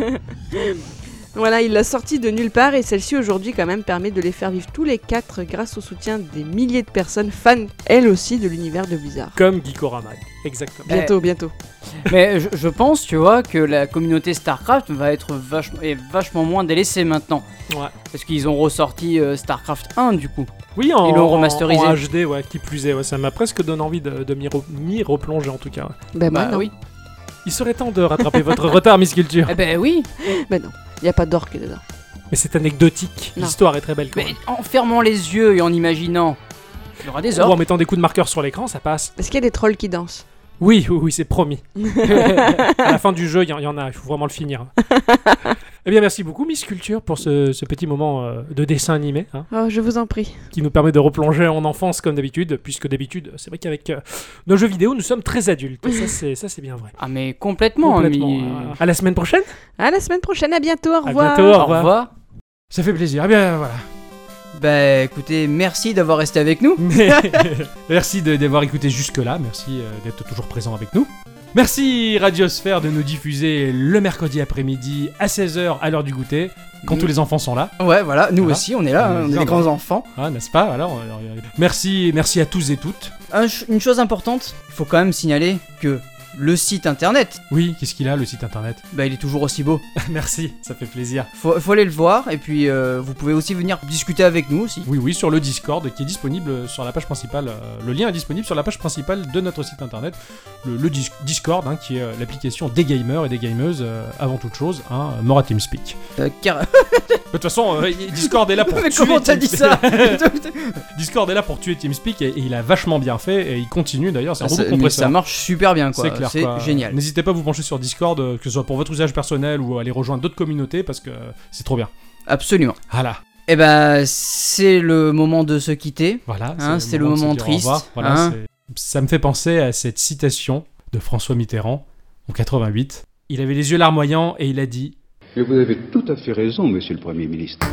[SPEAKER 11] voilà, il l'a sorti de nulle part et celle-ci aujourd'hui quand même permet de les faire vivre tous les quatre grâce au soutien des milliers de personnes fans, elles aussi, de l'univers de Blizzard.
[SPEAKER 2] Comme Gikorama,
[SPEAKER 8] Eh.
[SPEAKER 2] exactement.
[SPEAKER 11] Bientôt, bientôt.
[SPEAKER 8] Mais je, je pense, tu vois, que la communauté StarCraft va être vachement, est vachement moins délaissée maintenant.
[SPEAKER 2] Ouais.
[SPEAKER 8] Parce qu'ils ont ressorti euh, StarCraft 1 du coup.
[SPEAKER 2] Oui, en,
[SPEAKER 8] Ils l'ont
[SPEAKER 2] en-
[SPEAKER 8] remasterisé.
[SPEAKER 2] en HD, ouais, qui plus est. ouais, ça m'a presque donné envie de, de m'y re- m'y replonger en tout cas. ouais.
[SPEAKER 11] Ben moi,
[SPEAKER 8] Bah
[SPEAKER 11] non.
[SPEAKER 8] oui.
[SPEAKER 2] Il serait temps de rattraper votre retard, Miss Culture.
[SPEAKER 8] Eh ben oui.
[SPEAKER 11] Ben non, il n'y a pas d'orque dedans.
[SPEAKER 2] Mais c'est anecdotique.
[SPEAKER 11] Non.
[SPEAKER 2] L'histoire est très belle. Quand
[SPEAKER 8] Mais en fermant les yeux et en imaginant, il y aura des
[SPEAKER 2] même. Ou en
[SPEAKER 8] ordres.
[SPEAKER 2] mettant des coups de marqueur sur l'écran, ça passe.
[SPEAKER 11] Est-ce qu'il y a des trolls qui dansent
[SPEAKER 2] Oui, oui, oui, c'est promis. à la fin du jeu, il y, en- il y en a, il faut vraiment le finir. eh bien, merci beaucoup, Miss Culture, pour ce, ce petit moment euh, de dessin animé, hein,
[SPEAKER 11] Oh, je vous en prie.
[SPEAKER 2] qui nous permet de replonger en enfance comme d'habitude, puisque d'habitude, c'est vrai qu'avec euh, nos jeux vidéo, nous sommes très adultes. Et ça, c'est ça, c'est bien vrai.
[SPEAKER 8] Ah mais complètement.
[SPEAKER 2] Complètement,
[SPEAKER 8] mais-
[SPEAKER 2] euh, à la semaine prochaine.
[SPEAKER 11] À la semaine prochaine, à bientôt, au
[SPEAKER 2] À
[SPEAKER 11] revoir.
[SPEAKER 2] bientôt, au
[SPEAKER 8] Au
[SPEAKER 2] revoir.
[SPEAKER 8] revoir.
[SPEAKER 13] Ça fait plaisir. Ah bien voilà.
[SPEAKER 8] Bah écoutez, merci d'avoir resté avec nous.
[SPEAKER 13] Merci de- d'avoir écouté jusque-là, merci euh, d'être toujours présent avec nous. Merci Radiosphère de nous diffuser le mercredi après-midi à 16h à l'heure du goûter, quand
[SPEAKER 8] Mm.
[SPEAKER 13] tous les enfants sont là.
[SPEAKER 8] Ouais, voilà, nous
[SPEAKER 13] Voilà.
[SPEAKER 8] aussi, on est là,
[SPEAKER 13] Ah,
[SPEAKER 8] hein, on est
[SPEAKER 13] bien,
[SPEAKER 8] des grands
[SPEAKER 13] bah.
[SPEAKER 8] enfants.
[SPEAKER 13] Ah, n'est-ce pas Alors, alors, euh, merci, merci à tous et toutes.
[SPEAKER 8] Un ch- une chose importante, il faut quand même signaler que le site internet,
[SPEAKER 13] Oui, qu'est-ce qu'il a le site internet
[SPEAKER 8] bah il est toujours aussi beau.
[SPEAKER 13] Merci, ça fait plaisir.
[SPEAKER 8] Faut, faut aller le voir et puis euh, vous pouvez aussi venir discuter avec nous aussi.
[SPEAKER 13] Oui, oui, sur le Discord qui est disponible sur la page principale. euh, le lien est disponible sur la page principale de notre site internet, le, le dis- Discord, hein, qui est euh, l'application des gamers et des gameuses euh, avant toute chose, hein, Mora TeamSpeak.
[SPEAKER 8] Euh, car-
[SPEAKER 13] De toute façon, euh, y- Discord est là pour
[SPEAKER 8] Mais
[SPEAKER 13] tuer
[SPEAKER 8] comment t'as dit ça
[SPEAKER 13] Discord est là pour tuer TeamSpeak et, et il a vachement bien fait et il continue d'ailleurs, c'est un
[SPEAKER 8] Ah, ça-
[SPEAKER 13] rouleau
[SPEAKER 8] mais
[SPEAKER 13] compresseur.
[SPEAKER 8] ça marche super bien quoi,
[SPEAKER 13] C'est clair, quoi.
[SPEAKER 8] génial.
[SPEAKER 13] N'hésitez pas à vous pencher sur Discord, euh, que ce soit pour votre usage personnel ou à aller rejoindre d'autres communautés parce que euh, c'est trop bien.
[SPEAKER 8] Absolument.
[SPEAKER 13] Voilà,
[SPEAKER 8] Et bah c'est le moment de se quitter.
[SPEAKER 13] voilà.
[SPEAKER 8] Hein, c'est le
[SPEAKER 13] de se
[SPEAKER 8] moment
[SPEAKER 13] dire au
[SPEAKER 8] triste,
[SPEAKER 13] revoir. Voilà,
[SPEAKER 8] hein.
[SPEAKER 13] c'est- Ça me fait penser à cette citation de François Mitterrand en 88. Il avait les yeux larmoyants et il a dit
[SPEAKER 14] Mais vous avez tout à fait raison, monsieur le Premier ministre.